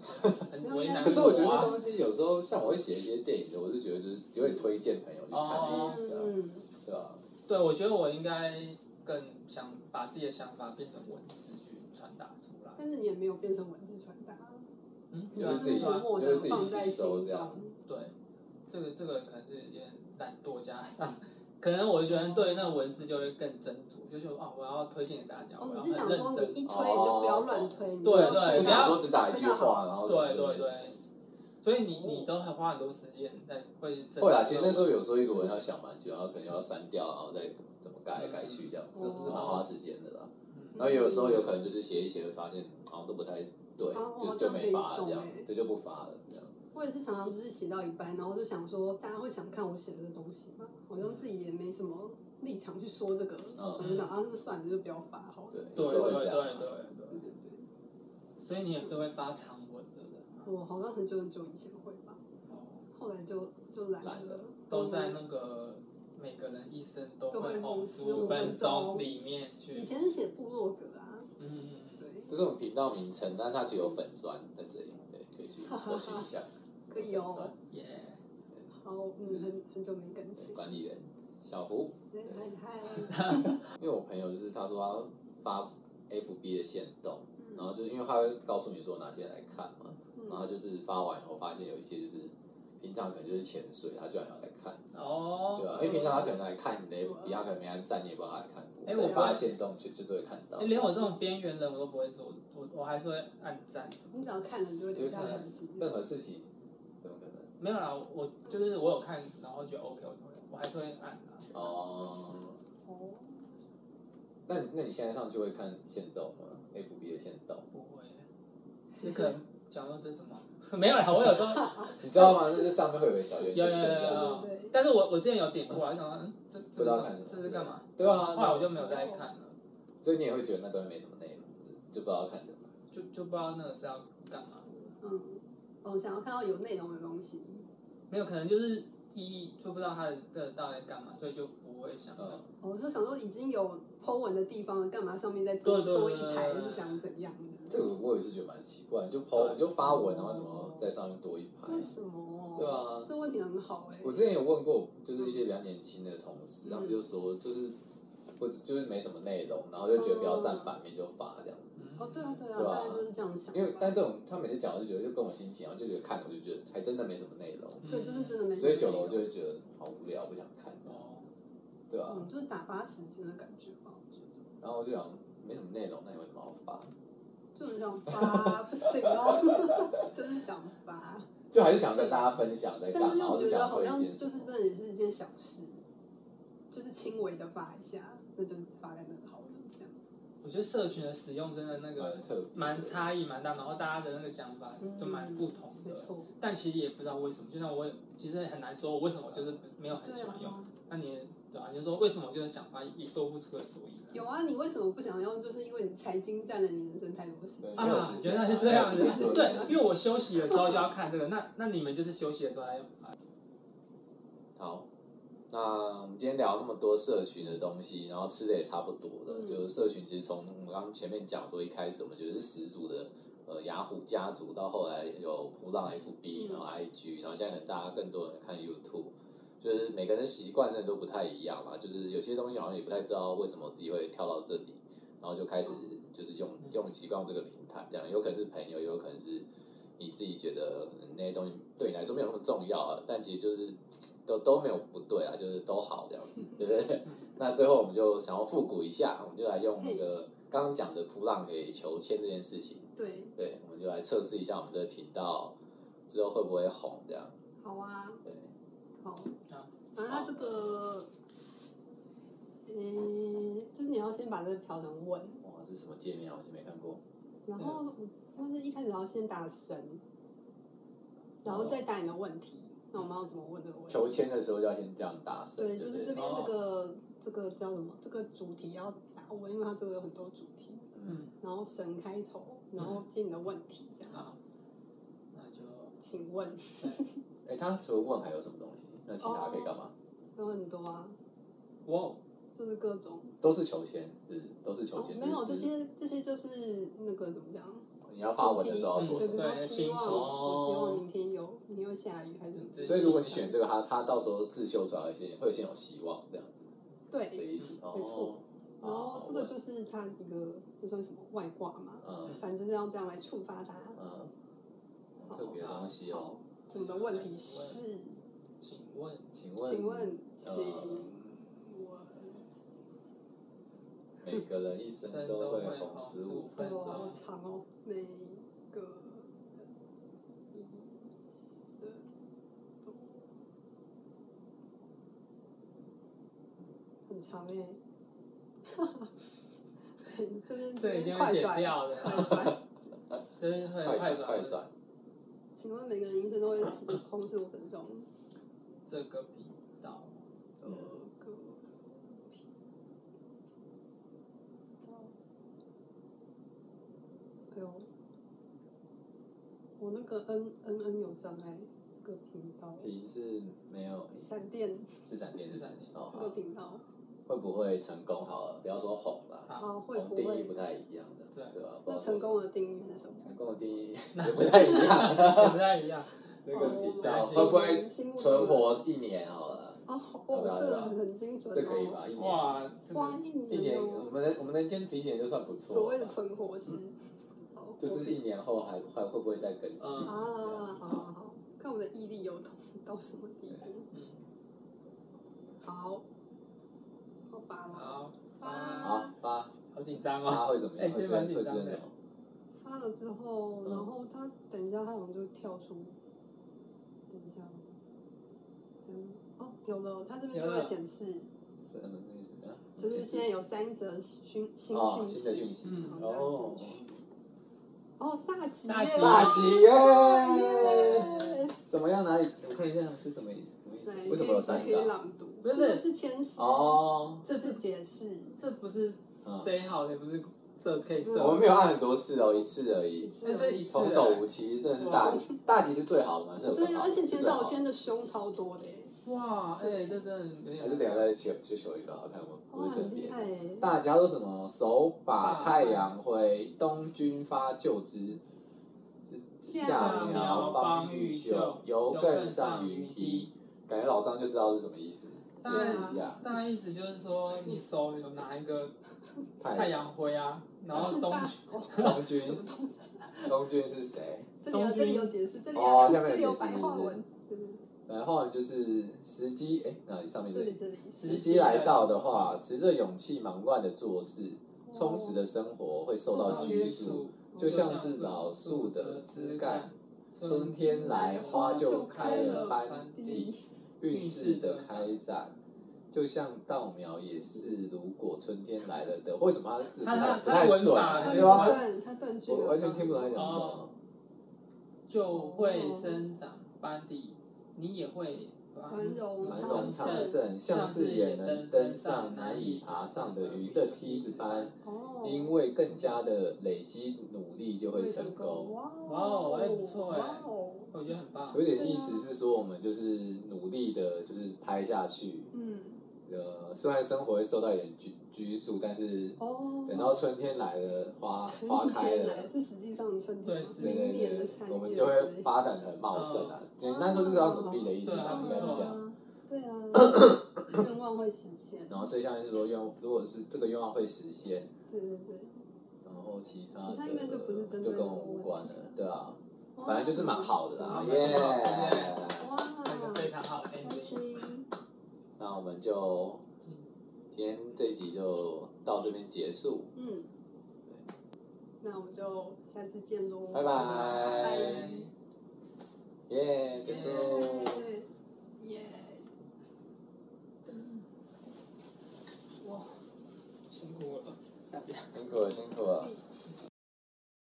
[SPEAKER 2] 很为难。啊
[SPEAKER 1] 可是我觉得
[SPEAKER 2] 哇
[SPEAKER 1] 那东西有时候，像我会写一些电影的，我就觉得就是有点推荐朋友去看的意思啊，
[SPEAKER 3] 嗯，
[SPEAKER 1] 对吧？
[SPEAKER 2] 对，我觉得我应该更想把自己的想法变成文字去传达出来。
[SPEAKER 3] 但是你也没有变成文字传达，
[SPEAKER 2] 嗯，
[SPEAKER 3] 你
[SPEAKER 1] 就
[SPEAKER 2] 对啊
[SPEAKER 1] 是自己
[SPEAKER 3] 默默的
[SPEAKER 1] 就
[SPEAKER 3] 放在
[SPEAKER 1] 是自己吸收
[SPEAKER 3] 心
[SPEAKER 1] 这样
[SPEAKER 3] 中。
[SPEAKER 2] 对，这个这个可能是有点懒惰加上，可能我觉得对那文字就会更斟酌，就是哦，我要推荐给大家，
[SPEAKER 3] 哦，
[SPEAKER 2] 我要
[SPEAKER 3] 你是想
[SPEAKER 2] 很
[SPEAKER 3] 说
[SPEAKER 2] 认
[SPEAKER 3] 你
[SPEAKER 2] 真。
[SPEAKER 3] 一推你就不要乱推，你
[SPEAKER 2] 对
[SPEAKER 3] 不要
[SPEAKER 2] 对
[SPEAKER 3] 推
[SPEAKER 1] 我
[SPEAKER 2] 我
[SPEAKER 1] 想
[SPEAKER 2] 想
[SPEAKER 3] 到
[SPEAKER 1] 说
[SPEAKER 2] 说
[SPEAKER 1] 只打一句话，然后
[SPEAKER 2] 对对对，所以你你都还花很多时间在会斟酌。
[SPEAKER 1] 会啦，其实那时候有时候一个文要想蛮久，然后可能要删掉，然后再怎么改来改去这样，
[SPEAKER 3] 哦
[SPEAKER 1] 是不是蛮花时间的啦？
[SPEAKER 2] 嗯，
[SPEAKER 1] 然后有时候有可能就是写一写，会发现好像都不太对，
[SPEAKER 3] 啊
[SPEAKER 1] 就
[SPEAKER 3] 我好像
[SPEAKER 1] 就没发了
[SPEAKER 3] 可以
[SPEAKER 1] 这样
[SPEAKER 3] 懂欸，
[SPEAKER 1] 对，就不发了这样。
[SPEAKER 3] 我也是常常就是写到一半，然后就想说，大家会想看我写的东西吗？好像自己也没什么立场去说这个，
[SPEAKER 1] 嗯
[SPEAKER 3] 我就想啊，那算了，就不要发好了。
[SPEAKER 1] 对，
[SPEAKER 2] 对
[SPEAKER 1] 有时
[SPEAKER 2] 对
[SPEAKER 1] 候会
[SPEAKER 2] 对
[SPEAKER 1] 这样
[SPEAKER 2] 对
[SPEAKER 1] 啊。
[SPEAKER 2] 对，所以你也是会发长文的人啊吗，
[SPEAKER 3] 我好像很久很久以前会吧，后来就就懒
[SPEAKER 1] 懒了
[SPEAKER 3] 了，嗯
[SPEAKER 2] 都在那个每个人一生都
[SPEAKER 3] 都会
[SPEAKER 2] 会
[SPEAKER 3] 红
[SPEAKER 2] 红
[SPEAKER 3] 十五
[SPEAKER 2] 五分
[SPEAKER 3] 分钟
[SPEAKER 2] 钟里面
[SPEAKER 3] 以
[SPEAKER 2] 去，
[SPEAKER 3] 前是写部落格啊，
[SPEAKER 2] 嗯，
[SPEAKER 3] 对，
[SPEAKER 1] 这是我们频道名称，但它只有粉砖在这里，对，可以去搜寻一下。
[SPEAKER 3] 可以哦。
[SPEAKER 2] 耶，
[SPEAKER 3] 好，嗯，很很久没更 新，
[SPEAKER 1] 管理员小胡，
[SPEAKER 3] 对嗨嗨，嗯
[SPEAKER 1] 因为我朋友就是他说他发 FB 的限动，然
[SPEAKER 3] 嗯
[SPEAKER 1] 后就是因为他会告诉你说哪些来看嘛，然后
[SPEAKER 3] 嗯，
[SPEAKER 1] 就是发完以后发现有一些就是平常可能就是潜水，他居然要来看，对啊
[SPEAKER 2] 哦，
[SPEAKER 1] 吧、因为平常他可能来看你的 FB，他可能没按赞，你也不知道他来看过。
[SPEAKER 2] 哎
[SPEAKER 1] 但
[SPEAKER 2] 我
[SPEAKER 1] 你发现动就就是会看到
[SPEAKER 2] 哎，，连我这种边缘人我都不会做，我我还是会按赞什么
[SPEAKER 3] 你
[SPEAKER 2] 的
[SPEAKER 3] 只要看了你就会留下痕迹。
[SPEAKER 1] 任何事情怎么可能？
[SPEAKER 2] 没有啦，我就是我有看，然后觉得 OK，我就会我还是会按啦。
[SPEAKER 1] 哦，
[SPEAKER 3] 哦，
[SPEAKER 1] 那你那你现在上去会看限动吗？FB 的限动，
[SPEAKER 2] 不会，就可能讲到这什么， 没有啦，我有时 候，
[SPEAKER 1] 你知道吗？就是上面会有个小圆
[SPEAKER 2] 有
[SPEAKER 1] 圈
[SPEAKER 2] 有
[SPEAKER 1] 圈
[SPEAKER 2] 有
[SPEAKER 1] 这
[SPEAKER 2] 有
[SPEAKER 1] 样，
[SPEAKER 2] 有
[SPEAKER 3] 对，
[SPEAKER 2] 但是我我之前有点过，我想说嗯这
[SPEAKER 1] 不
[SPEAKER 2] 这
[SPEAKER 1] 知道
[SPEAKER 2] 是
[SPEAKER 1] 看什么
[SPEAKER 2] 这是干嘛？
[SPEAKER 1] 对啊
[SPEAKER 2] 后来我就没有再看了，
[SPEAKER 1] 所以你也会觉得那东西没什么内容，就不知道看什么。
[SPEAKER 2] 就就不知道那个是要干嘛，
[SPEAKER 3] 嗯，哦，想要看到有内容的东西，
[SPEAKER 2] 没有可能就是意义就不知道他的这个到底在干嘛，所以就不会想到
[SPEAKER 1] 嗯。，
[SPEAKER 3] 哦我就想说已经有 Po 文的地方了，干嘛上面再多
[SPEAKER 2] 对对对
[SPEAKER 3] 多一
[SPEAKER 2] 对
[SPEAKER 3] 排？
[SPEAKER 2] 对
[SPEAKER 3] 是想怎样
[SPEAKER 1] 这
[SPEAKER 3] 的？
[SPEAKER 1] 个我也是觉得蛮奇怪，就 po
[SPEAKER 2] 对
[SPEAKER 1] 就发文，然后怎么在上面多一排？
[SPEAKER 3] 为什么？
[SPEAKER 1] 对，啊，
[SPEAKER 3] 这问题很好哎。
[SPEAKER 1] 我之前有问过，就是一些比较年轻的同
[SPEAKER 2] 嗯
[SPEAKER 1] 事，他们就说就是或者就是没什么内容，然后就觉得不要占版面就发这样子。
[SPEAKER 2] 嗯
[SPEAKER 3] 哦，对啊，对啊，
[SPEAKER 1] 对啊
[SPEAKER 3] 大家就是这样想吧。
[SPEAKER 1] 因为但这种他每次讲，我就觉得就跟我心情，然后就觉得看了我就觉得还真的没什么内容，
[SPEAKER 2] 嗯
[SPEAKER 3] 对，就是真的没什么内容。嗯
[SPEAKER 1] 所以久了我就会觉得好无聊，不想看，
[SPEAKER 2] 哦，
[SPEAKER 1] 对吧、
[SPEAKER 3] 嗯，就是打发时间的感觉吧，我觉得。
[SPEAKER 1] 然后我就想没什么内容，那你为什么要发？
[SPEAKER 3] 就是想发，不行哦， 就是想发，
[SPEAKER 1] 就还是想跟大家分享在
[SPEAKER 3] 但
[SPEAKER 1] 干
[SPEAKER 3] 是
[SPEAKER 1] 嘛，然后
[SPEAKER 3] 又
[SPEAKER 1] 哎就
[SPEAKER 3] 觉得
[SPEAKER 1] 想
[SPEAKER 3] 好
[SPEAKER 1] 推
[SPEAKER 3] 像
[SPEAKER 1] 荐什
[SPEAKER 3] 就是
[SPEAKER 1] 么。
[SPEAKER 3] 这也是一件小事，就是轻微的发一下，那就发在那好了，这样。
[SPEAKER 2] 我觉得社群的使用真的那个
[SPEAKER 1] 蛮特别的
[SPEAKER 2] 蛮差异蛮大，然后大家的那个想法
[SPEAKER 1] 嗯
[SPEAKER 2] 就蛮不同
[SPEAKER 3] 嗯没
[SPEAKER 2] 的。
[SPEAKER 3] 错，
[SPEAKER 2] 但其实也不知道为什么，就像我也其实很难说，我为什么就是没有很
[SPEAKER 3] 对
[SPEAKER 2] 喜欢用。
[SPEAKER 3] 啊。
[SPEAKER 2] 那你也对啊，你就说为什么就是想法也说不出个所以
[SPEAKER 3] 有
[SPEAKER 2] 然。
[SPEAKER 3] 啊，你为什么不想用？就是因为你财经占了你人生太多时间。
[SPEAKER 1] 对没有
[SPEAKER 2] 啊
[SPEAKER 1] 时，间
[SPEAKER 2] 原来是这样
[SPEAKER 1] 没有时间
[SPEAKER 2] 子，对，因为我休息的时候就要看这个，那那你们就是休息的时候还
[SPEAKER 1] 好，那我们今天聊那么多社群的东西，然后吃的也差不多了。
[SPEAKER 3] 嗯
[SPEAKER 1] 就是社群其实从我们刚刚前面讲说，一开始我们觉得是始祖的呃雅虎家族，到后来有普朗 FB，
[SPEAKER 3] 嗯
[SPEAKER 1] 然后 IG，然后现在可能大家更多人看 YouTube。就是每个人习惯真的都不太一样嘛，啊就是有些东西好像也不太知道为什么自己会跳到这里，然后就开始就是用
[SPEAKER 3] 嗯
[SPEAKER 1] 用习惯这个平台，这样有可能是朋友，也有可能是你自己觉得可能那些东西对你来说没有那么重要啊，但其实就是都都没有不对
[SPEAKER 3] 嗯
[SPEAKER 1] 啊，就是都好这样子，对不对？那最后我们就想要复古一下，我们就来用那个刚刚讲的扑浪给求签这件事情，
[SPEAKER 3] 对，
[SPEAKER 1] 对，我们就来测试一下我们这个频道之后会不会红这样。
[SPEAKER 3] 好啊，
[SPEAKER 1] 对，
[SPEAKER 3] 好
[SPEAKER 2] 好，
[SPEAKER 3] 反正它这个，嗯，就是你要先把这个调成稳，
[SPEAKER 1] 哇，这是什么界面啊？我就没看过。
[SPEAKER 3] 然后
[SPEAKER 1] 嗯
[SPEAKER 3] 但是一开始要先打神，然后再打你的问题。那我们要怎么问这个问题？
[SPEAKER 1] 哦求签的哦时候要先这样打色，
[SPEAKER 3] 对，
[SPEAKER 1] 不
[SPEAKER 3] 就是这边这个这个叫什么？这个主题要打我，因为它这个有很多主题，
[SPEAKER 2] 嗯，
[SPEAKER 3] 然后神开头，然后接你的问题这样子。
[SPEAKER 2] 好，那就
[SPEAKER 3] 请问
[SPEAKER 1] 哎、他除了问还有什么东西？那其他可以干嘛？
[SPEAKER 3] 哦有很多啊，
[SPEAKER 2] 哇，
[SPEAKER 3] 就是各种
[SPEAKER 1] 都是求签，是不是都是求
[SPEAKER 3] 哦，
[SPEAKER 1] 签、
[SPEAKER 3] 没有
[SPEAKER 1] 就
[SPEAKER 3] 这
[SPEAKER 1] 是
[SPEAKER 3] 些这些就是那个怎么讲？
[SPEAKER 1] 你要发文的时候要
[SPEAKER 2] 嗯
[SPEAKER 1] 做
[SPEAKER 3] 对，
[SPEAKER 1] 什
[SPEAKER 3] 比
[SPEAKER 1] 么？
[SPEAKER 3] 如说
[SPEAKER 2] 对
[SPEAKER 3] 希
[SPEAKER 2] 心
[SPEAKER 3] 望
[SPEAKER 2] 情
[SPEAKER 3] 我希望明天有明天会下雨还是怎么样？
[SPEAKER 1] 所以如果你选这个，他他到时候自修出来会先会先有希望这样子的
[SPEAKER 3] 对，
[SPEAKER 1] 意思。
[SPEAKER 3] 没
[SPEAKER 1] 哦
[SPEAKER 3] 哎错，然后这个
[SPEAKER 2] 哦
[SPEAKER 3] 就是它一个这算什么外挂嘛？
[SPEAKER 1] 嗯
[SPEAKER 3] 反正就是要这样来触发它。
[SPEAKER 1] 嗯，特别的东西哦。
[SPEAKER 3] 好，我们的问题是，
[SPEAKER 2] 请 问
[SPEAKER 1] 请问，
[SPEAKER 3] 请问，请
[SPEAKER 1] 呃
[SPEAKER 3] 我
[SPEAKER 1] 每个人一生都会红十 五分
[SPEAKER 2] 对
[SPEAKER 1] 钟
[SPEAKER 3] 好？长哦，那个医生都很长哎、 对，这边
[SPEAKER 2] 这一定
[SPEAKER 3] 边
[SPEAKER 2] 会
[SPEAKER 3] 快
[SPEAKER 2] 剪
[SPEAKER 3] 转，
[SPEAKER 2] 掉的，
[SPEAKER 3] 快转。
[SPEAKER 2] 就是会
[SPEAKER 1] 快转快
[SPEAKER 2] 转
[SPEAKER 1] 转，
[SPEAKER 3] 请问每个人一生都会十空十五分钟？
[SPEAKER 2] 这个频道，
[SPEAKER 3] 这个频道，哎呦，我那个 N N N 有障碍，这个频道，
[SPEAKER 1] 屏是没有
[SPEAKER 3] 闪电
[SPEAKER 1] 是闪电是闪电哦
[SPEAKER 3] 这。个频道，
[SPEAKER 1] 会不会成功？好了，不要说红了，
[SPEAKER 2] 好
[SPEAKER 3] 啊，会
[SPEAKER 1] 红
[SPEAKER 3] 不
[SPEAKER 1] 定哦义不
[SPEAKER 3] 会？
[SPEAKER 1] 太一样的，
[SPEAKER 2] 对
[SPEAKER 1] 对吧？不知
[SPEAKER 3] 那
[SPEAKER 1] 道
[SPEAKER 3] 成功的定义是什么？
[SPEAKER 1] 成功的定 义也不太一样。
[SPEAKER 2] 也不太一样，
[SPEAKER 1] 这个频道
[SPEAKER 2] 哦
[SPEAKER 1] 会不会
[SPEAKER 3] 心目中的
[SPEAKER 1] 存？活一年？好了，
[SPEAKER 3] 哦，哦，这个很精准
[SPEAKER 1] 这可以
[SPEAKER 3] 哦。
[SPEAKER 1] 吧？一年，
[SPEAKER 2] 哇，这个
[SPEAKER 3] 哇，一
[SPEAKER 1] 一年，
[SPEAKER 3] 年
[SPEAKER 1] 我
[SPEAKER 3] 哦，
[SPEAKER 1] 们能我们能坚持一年就算不错了吧。
[SPEAKER 3] 所谓的存活哦期，好
[SPEAKER 1] 就是一年后还还会不会再更新？
[SPEAKER 2] 嗯
[SPEAKER 3] 啊，好好好，看我的毅力有到什么地步。
[SPEAKER 2] 嗯，
[SPEAKER 3] 好，好吧了，
[SPEAKER 2] 好，
[SPEAKER 1] 好
[SPEAKER 3] 发
[SPEAKER 1] 啊发
[SPEAKER 2] 好紧张哦，
[SPEAKER 1] 发会怎么样？
[SPEAKER 2] 哎其
[SPEAKER 1] 会
[SPEAKER 2] 实
[SPEAKER 1] 出现会出现
[SPEAKER 2] 蛮紧张的
[SPEAKER 1] 什么？
[SPEAKER 3] 发了之后，
[SPEAKER 1] 嗯
[SPEAKER 3] 然后他等一下，他好像就跳出，等一下，嗯，哦，有了，他这边就
[SPEAKER 2] 有
[SPEAKER 3] 会
[SPEAKER 2] 了
[SPEAKER 3] 显示，
[SPEAKER 1] 是嗯，那个什么？
[SPEAKER 3] 就是现在有三则新新
[SPEAKER 1] 哦
[SPEAKER 3] 讯
[SPEAKER 1] 新的讯
[SPEAKER 3] 息，
[SPEAKER 1] 息
[SPEAKER 2] 嗯
[SPEAKER 3] 然后
[SPEAKER 1] 哦
[SPEAKER 3] 大家进去哦，大吉耶，
[SPEAKER 2] 大
[SPEAKER 1] 大吉
[SPEAKER 2] 吉
[SPEAKER 1] 耶！
[SPEAKER 3] 耶！
[SPEAKER 1] 怎么样？哪里？我看一下是什么意什么意
[SPEAKER 3] 来
[SPEAKER 1] 思？为什么有三
[SPEAKER 3] 可以可以
[SPEAKER 1] 个啊？
[SPEAKER 3] 朗读？
[SPEAKER 2] 不是
[SPEAKER 3] 这个是前十，
[SPEAKER 2] 嗯
[SPEAKER 1] 哦，
[SPEAKER 3] 这是解释，
[SPEAKER 2] 这不是塞好的，也不是射可以射，
[SPEAKER 1] 我们没有按很多次哦，一次而已。
[SPEAKER 2] 那这一次哦
[SPEAKER 1] 童叟无欺，真的是大吉，大吉是最好的嘛？是有
[SPEAKER 3] 哦对，
[SPEAKER 1] 更好的
[SPEAKER 3] 而且前导
[SPEAKER 1] 是最好
[SPEAKER 3] 签的胸超多的耶，
[SPEAKER 2] 哇，哎，这真的有
[SPEAKER 1] 的
[SPEAKER 2] 点，
[SPEAKER 1] 还是等一下再求去求一个，好看吗？不
[SPEAKER 3] 哇，
[SPEAKER 1] 是成
[SPEAKER 3] 很
[SPEAKER 1] 别
[SPEAKER 3] 厉
[SPEAKER 1] 的
[SPEAKER 3] 害。耶！
[SPEAKER 1] 大家都什么手把太阳挥，东军发旧枝。
[SPEAKER 3] 夏
[SPEAKER 2] 苗
[SPEAKER 1] 苗
[SPEAKER 2] 方欲
[SPEAKER 1] 欲
[SPEAKER 2] 秀
[SPEAKER 1] 游
[SPEAKER 2] 更
[SPEAKER 1] 更上云
[SPEAKER 2] 梯
[SPEAKER 1] 梯。。啊感觉老张就知道是什么意思。
[SPEAKER 2] 大概大概意思就是说，你手有拿一个太
[SPEAKER 1] 太阳
[SPEAKER 2] 阳灰啊，然后东
[SPEAKER 3] 大哦
[SPEAKER 1] 东
[SPEAKER 3] 什么
[SPEAKER 1] 军，
[SPEAKER 3] 东西？
[SPEAKER 1] 东军是谁？
[SPEAKER 3] 这里有
[SPEAKER 2] 东
[SPEAKER 3] 这
[SPEAKER 2] 君
[SPEAKER 3] 里有解释，这里
[SPEAKER 1] 哦
[SPEAKER 3] 有
[SPEAKER 1] 下面有
[SPEAKER 3] 这里有
[SPEAKER 1] 解释
[SPEAKER 3] 白话文，对对
[SPEAKER 1] 然后就是时机，哎，那里上面
[SPEAKER 3] 这
[SPEAKER 1] 这
[SPEAKER 3] 里
[SPEAKER 1] 里，
[SPEAKER 3] 这里
[SPEAKER 2] 是
[SPEAKER 1] 时机来到的话，持着勇气忙乱的做事，充实的生活会受到拘束，就像是老树的枝干，春天来花就开了般地。运势的开展，就像稻苗也是，如果春天来了的，为什么他字不
[SPEAKER 2] 他
[SPEAKER 1] 太
[SPEAKER 2] 他
[SPEAKER 1] 不太顺
[SPEAKER 2] 他
[SPEAKER 1] 啊？
[SPEAKER 3] 他
[SPEAKER 2] 文法
[SPEAKER 1] 对
[SPEAKER 2] 吧
[SPEAKER 1] 吧？
[SPEAKER 3] 哦断他断句
[SPEAKER 1] 我
[SPEAKER 3] 了，
[SPEAKER 1] 完全听不懂他讲什么
[SPEAKER 2] 哦。就会生长班底，你也会
[SPEAKER 3] 繁荣
[SPEAKER 1] 繁荣昌
[SPEAKER 3] 昌
[SPEAKER 1] 盛，像是也能登上难以爬上的云的梯子般，
[SPEAKER 3] 哦，
[SPEAKER 1] 因为更加的累积努力就会成功。
[SPEAKER 3] 哇
[SPEAKER 2] 哇哦哎不错哎
[SPEAKER 3] 哇哦，
[SPEAKER 2] 我觉得很棒
[SPEAKER 1] 有。点
[SPEAKER 3] 啊
[SPEAKER 1] 意思是说，我们就是努力的，就是拍下去。
[SPEAKER 3] 嗯，
[SPEAKER 1] 呃，虽然生活会受到一点拘拘束，但是
[SPEAKER 3] 哦，
[SPEAKER 1] 等到春天来了，花花
[SPEAKER 3] 春
[SPEAKER 1] 开
[SPEAKER 3] 天
[SPEAKER 1] 了
[SPEAKER 3] 来，，这实际上春天嘛，
[SPEAKER 2] 对
[SPEAKER 1] 对对
[SPEAKER 3] 明年的
[SPEAKER 1] 对
[SPEAKER 3] 三，
[SPEAKER 1] 我们
[SPEAKER 3] 月
[SPEAKER 1] 就
[SPEAKER 3] 之类
[SPEAKER 1] 会
[SPEAKER 3] 的
[SPEAKER 1] 发展的很茂盛啊。简单说就是要努力的意思啊，应该是这样。
[SPEAKER 3] 啊，对 啊，愿望会实现，
[SPEAKER 1] 然后最下面是说愿，如果是这个愿望会实现，
[SPEAKER 3] 对对对，
[SPEAKER 1] 然后其他的
[SPEAKER 3] 其他应该就不是针对
[SPEAKER 1] 就跟我们无关了，对啊，
[SPEAKER 3] 哦
[SPEAKER 1] 反正就是蛮好的啦，
[SPEAKER 2] 嗯
[SPEAKER 1] 耶、
[SPEAKER 3] 哇，
[SPEAKER 2] 这个非常好的
[SPEAKER 3] 开
[SPEAKER 2] ending，
[SPEAKER 3] 心，
[SPEAKER 1] 那我们就今天这一集就到这边结束，
[SPEAKER 3] 嗯，那我们就下次见喽，
[SPEAKER 1] 拜拜
[SPEAKER 3] 拜，
[SPEAKER 1] 耶，结束。
[SPEAKER 3] 耶，哇，
[SPEAKER 2] 辛苦了，大家。
[SPEAKER 1] 辛苦了，辛苦了。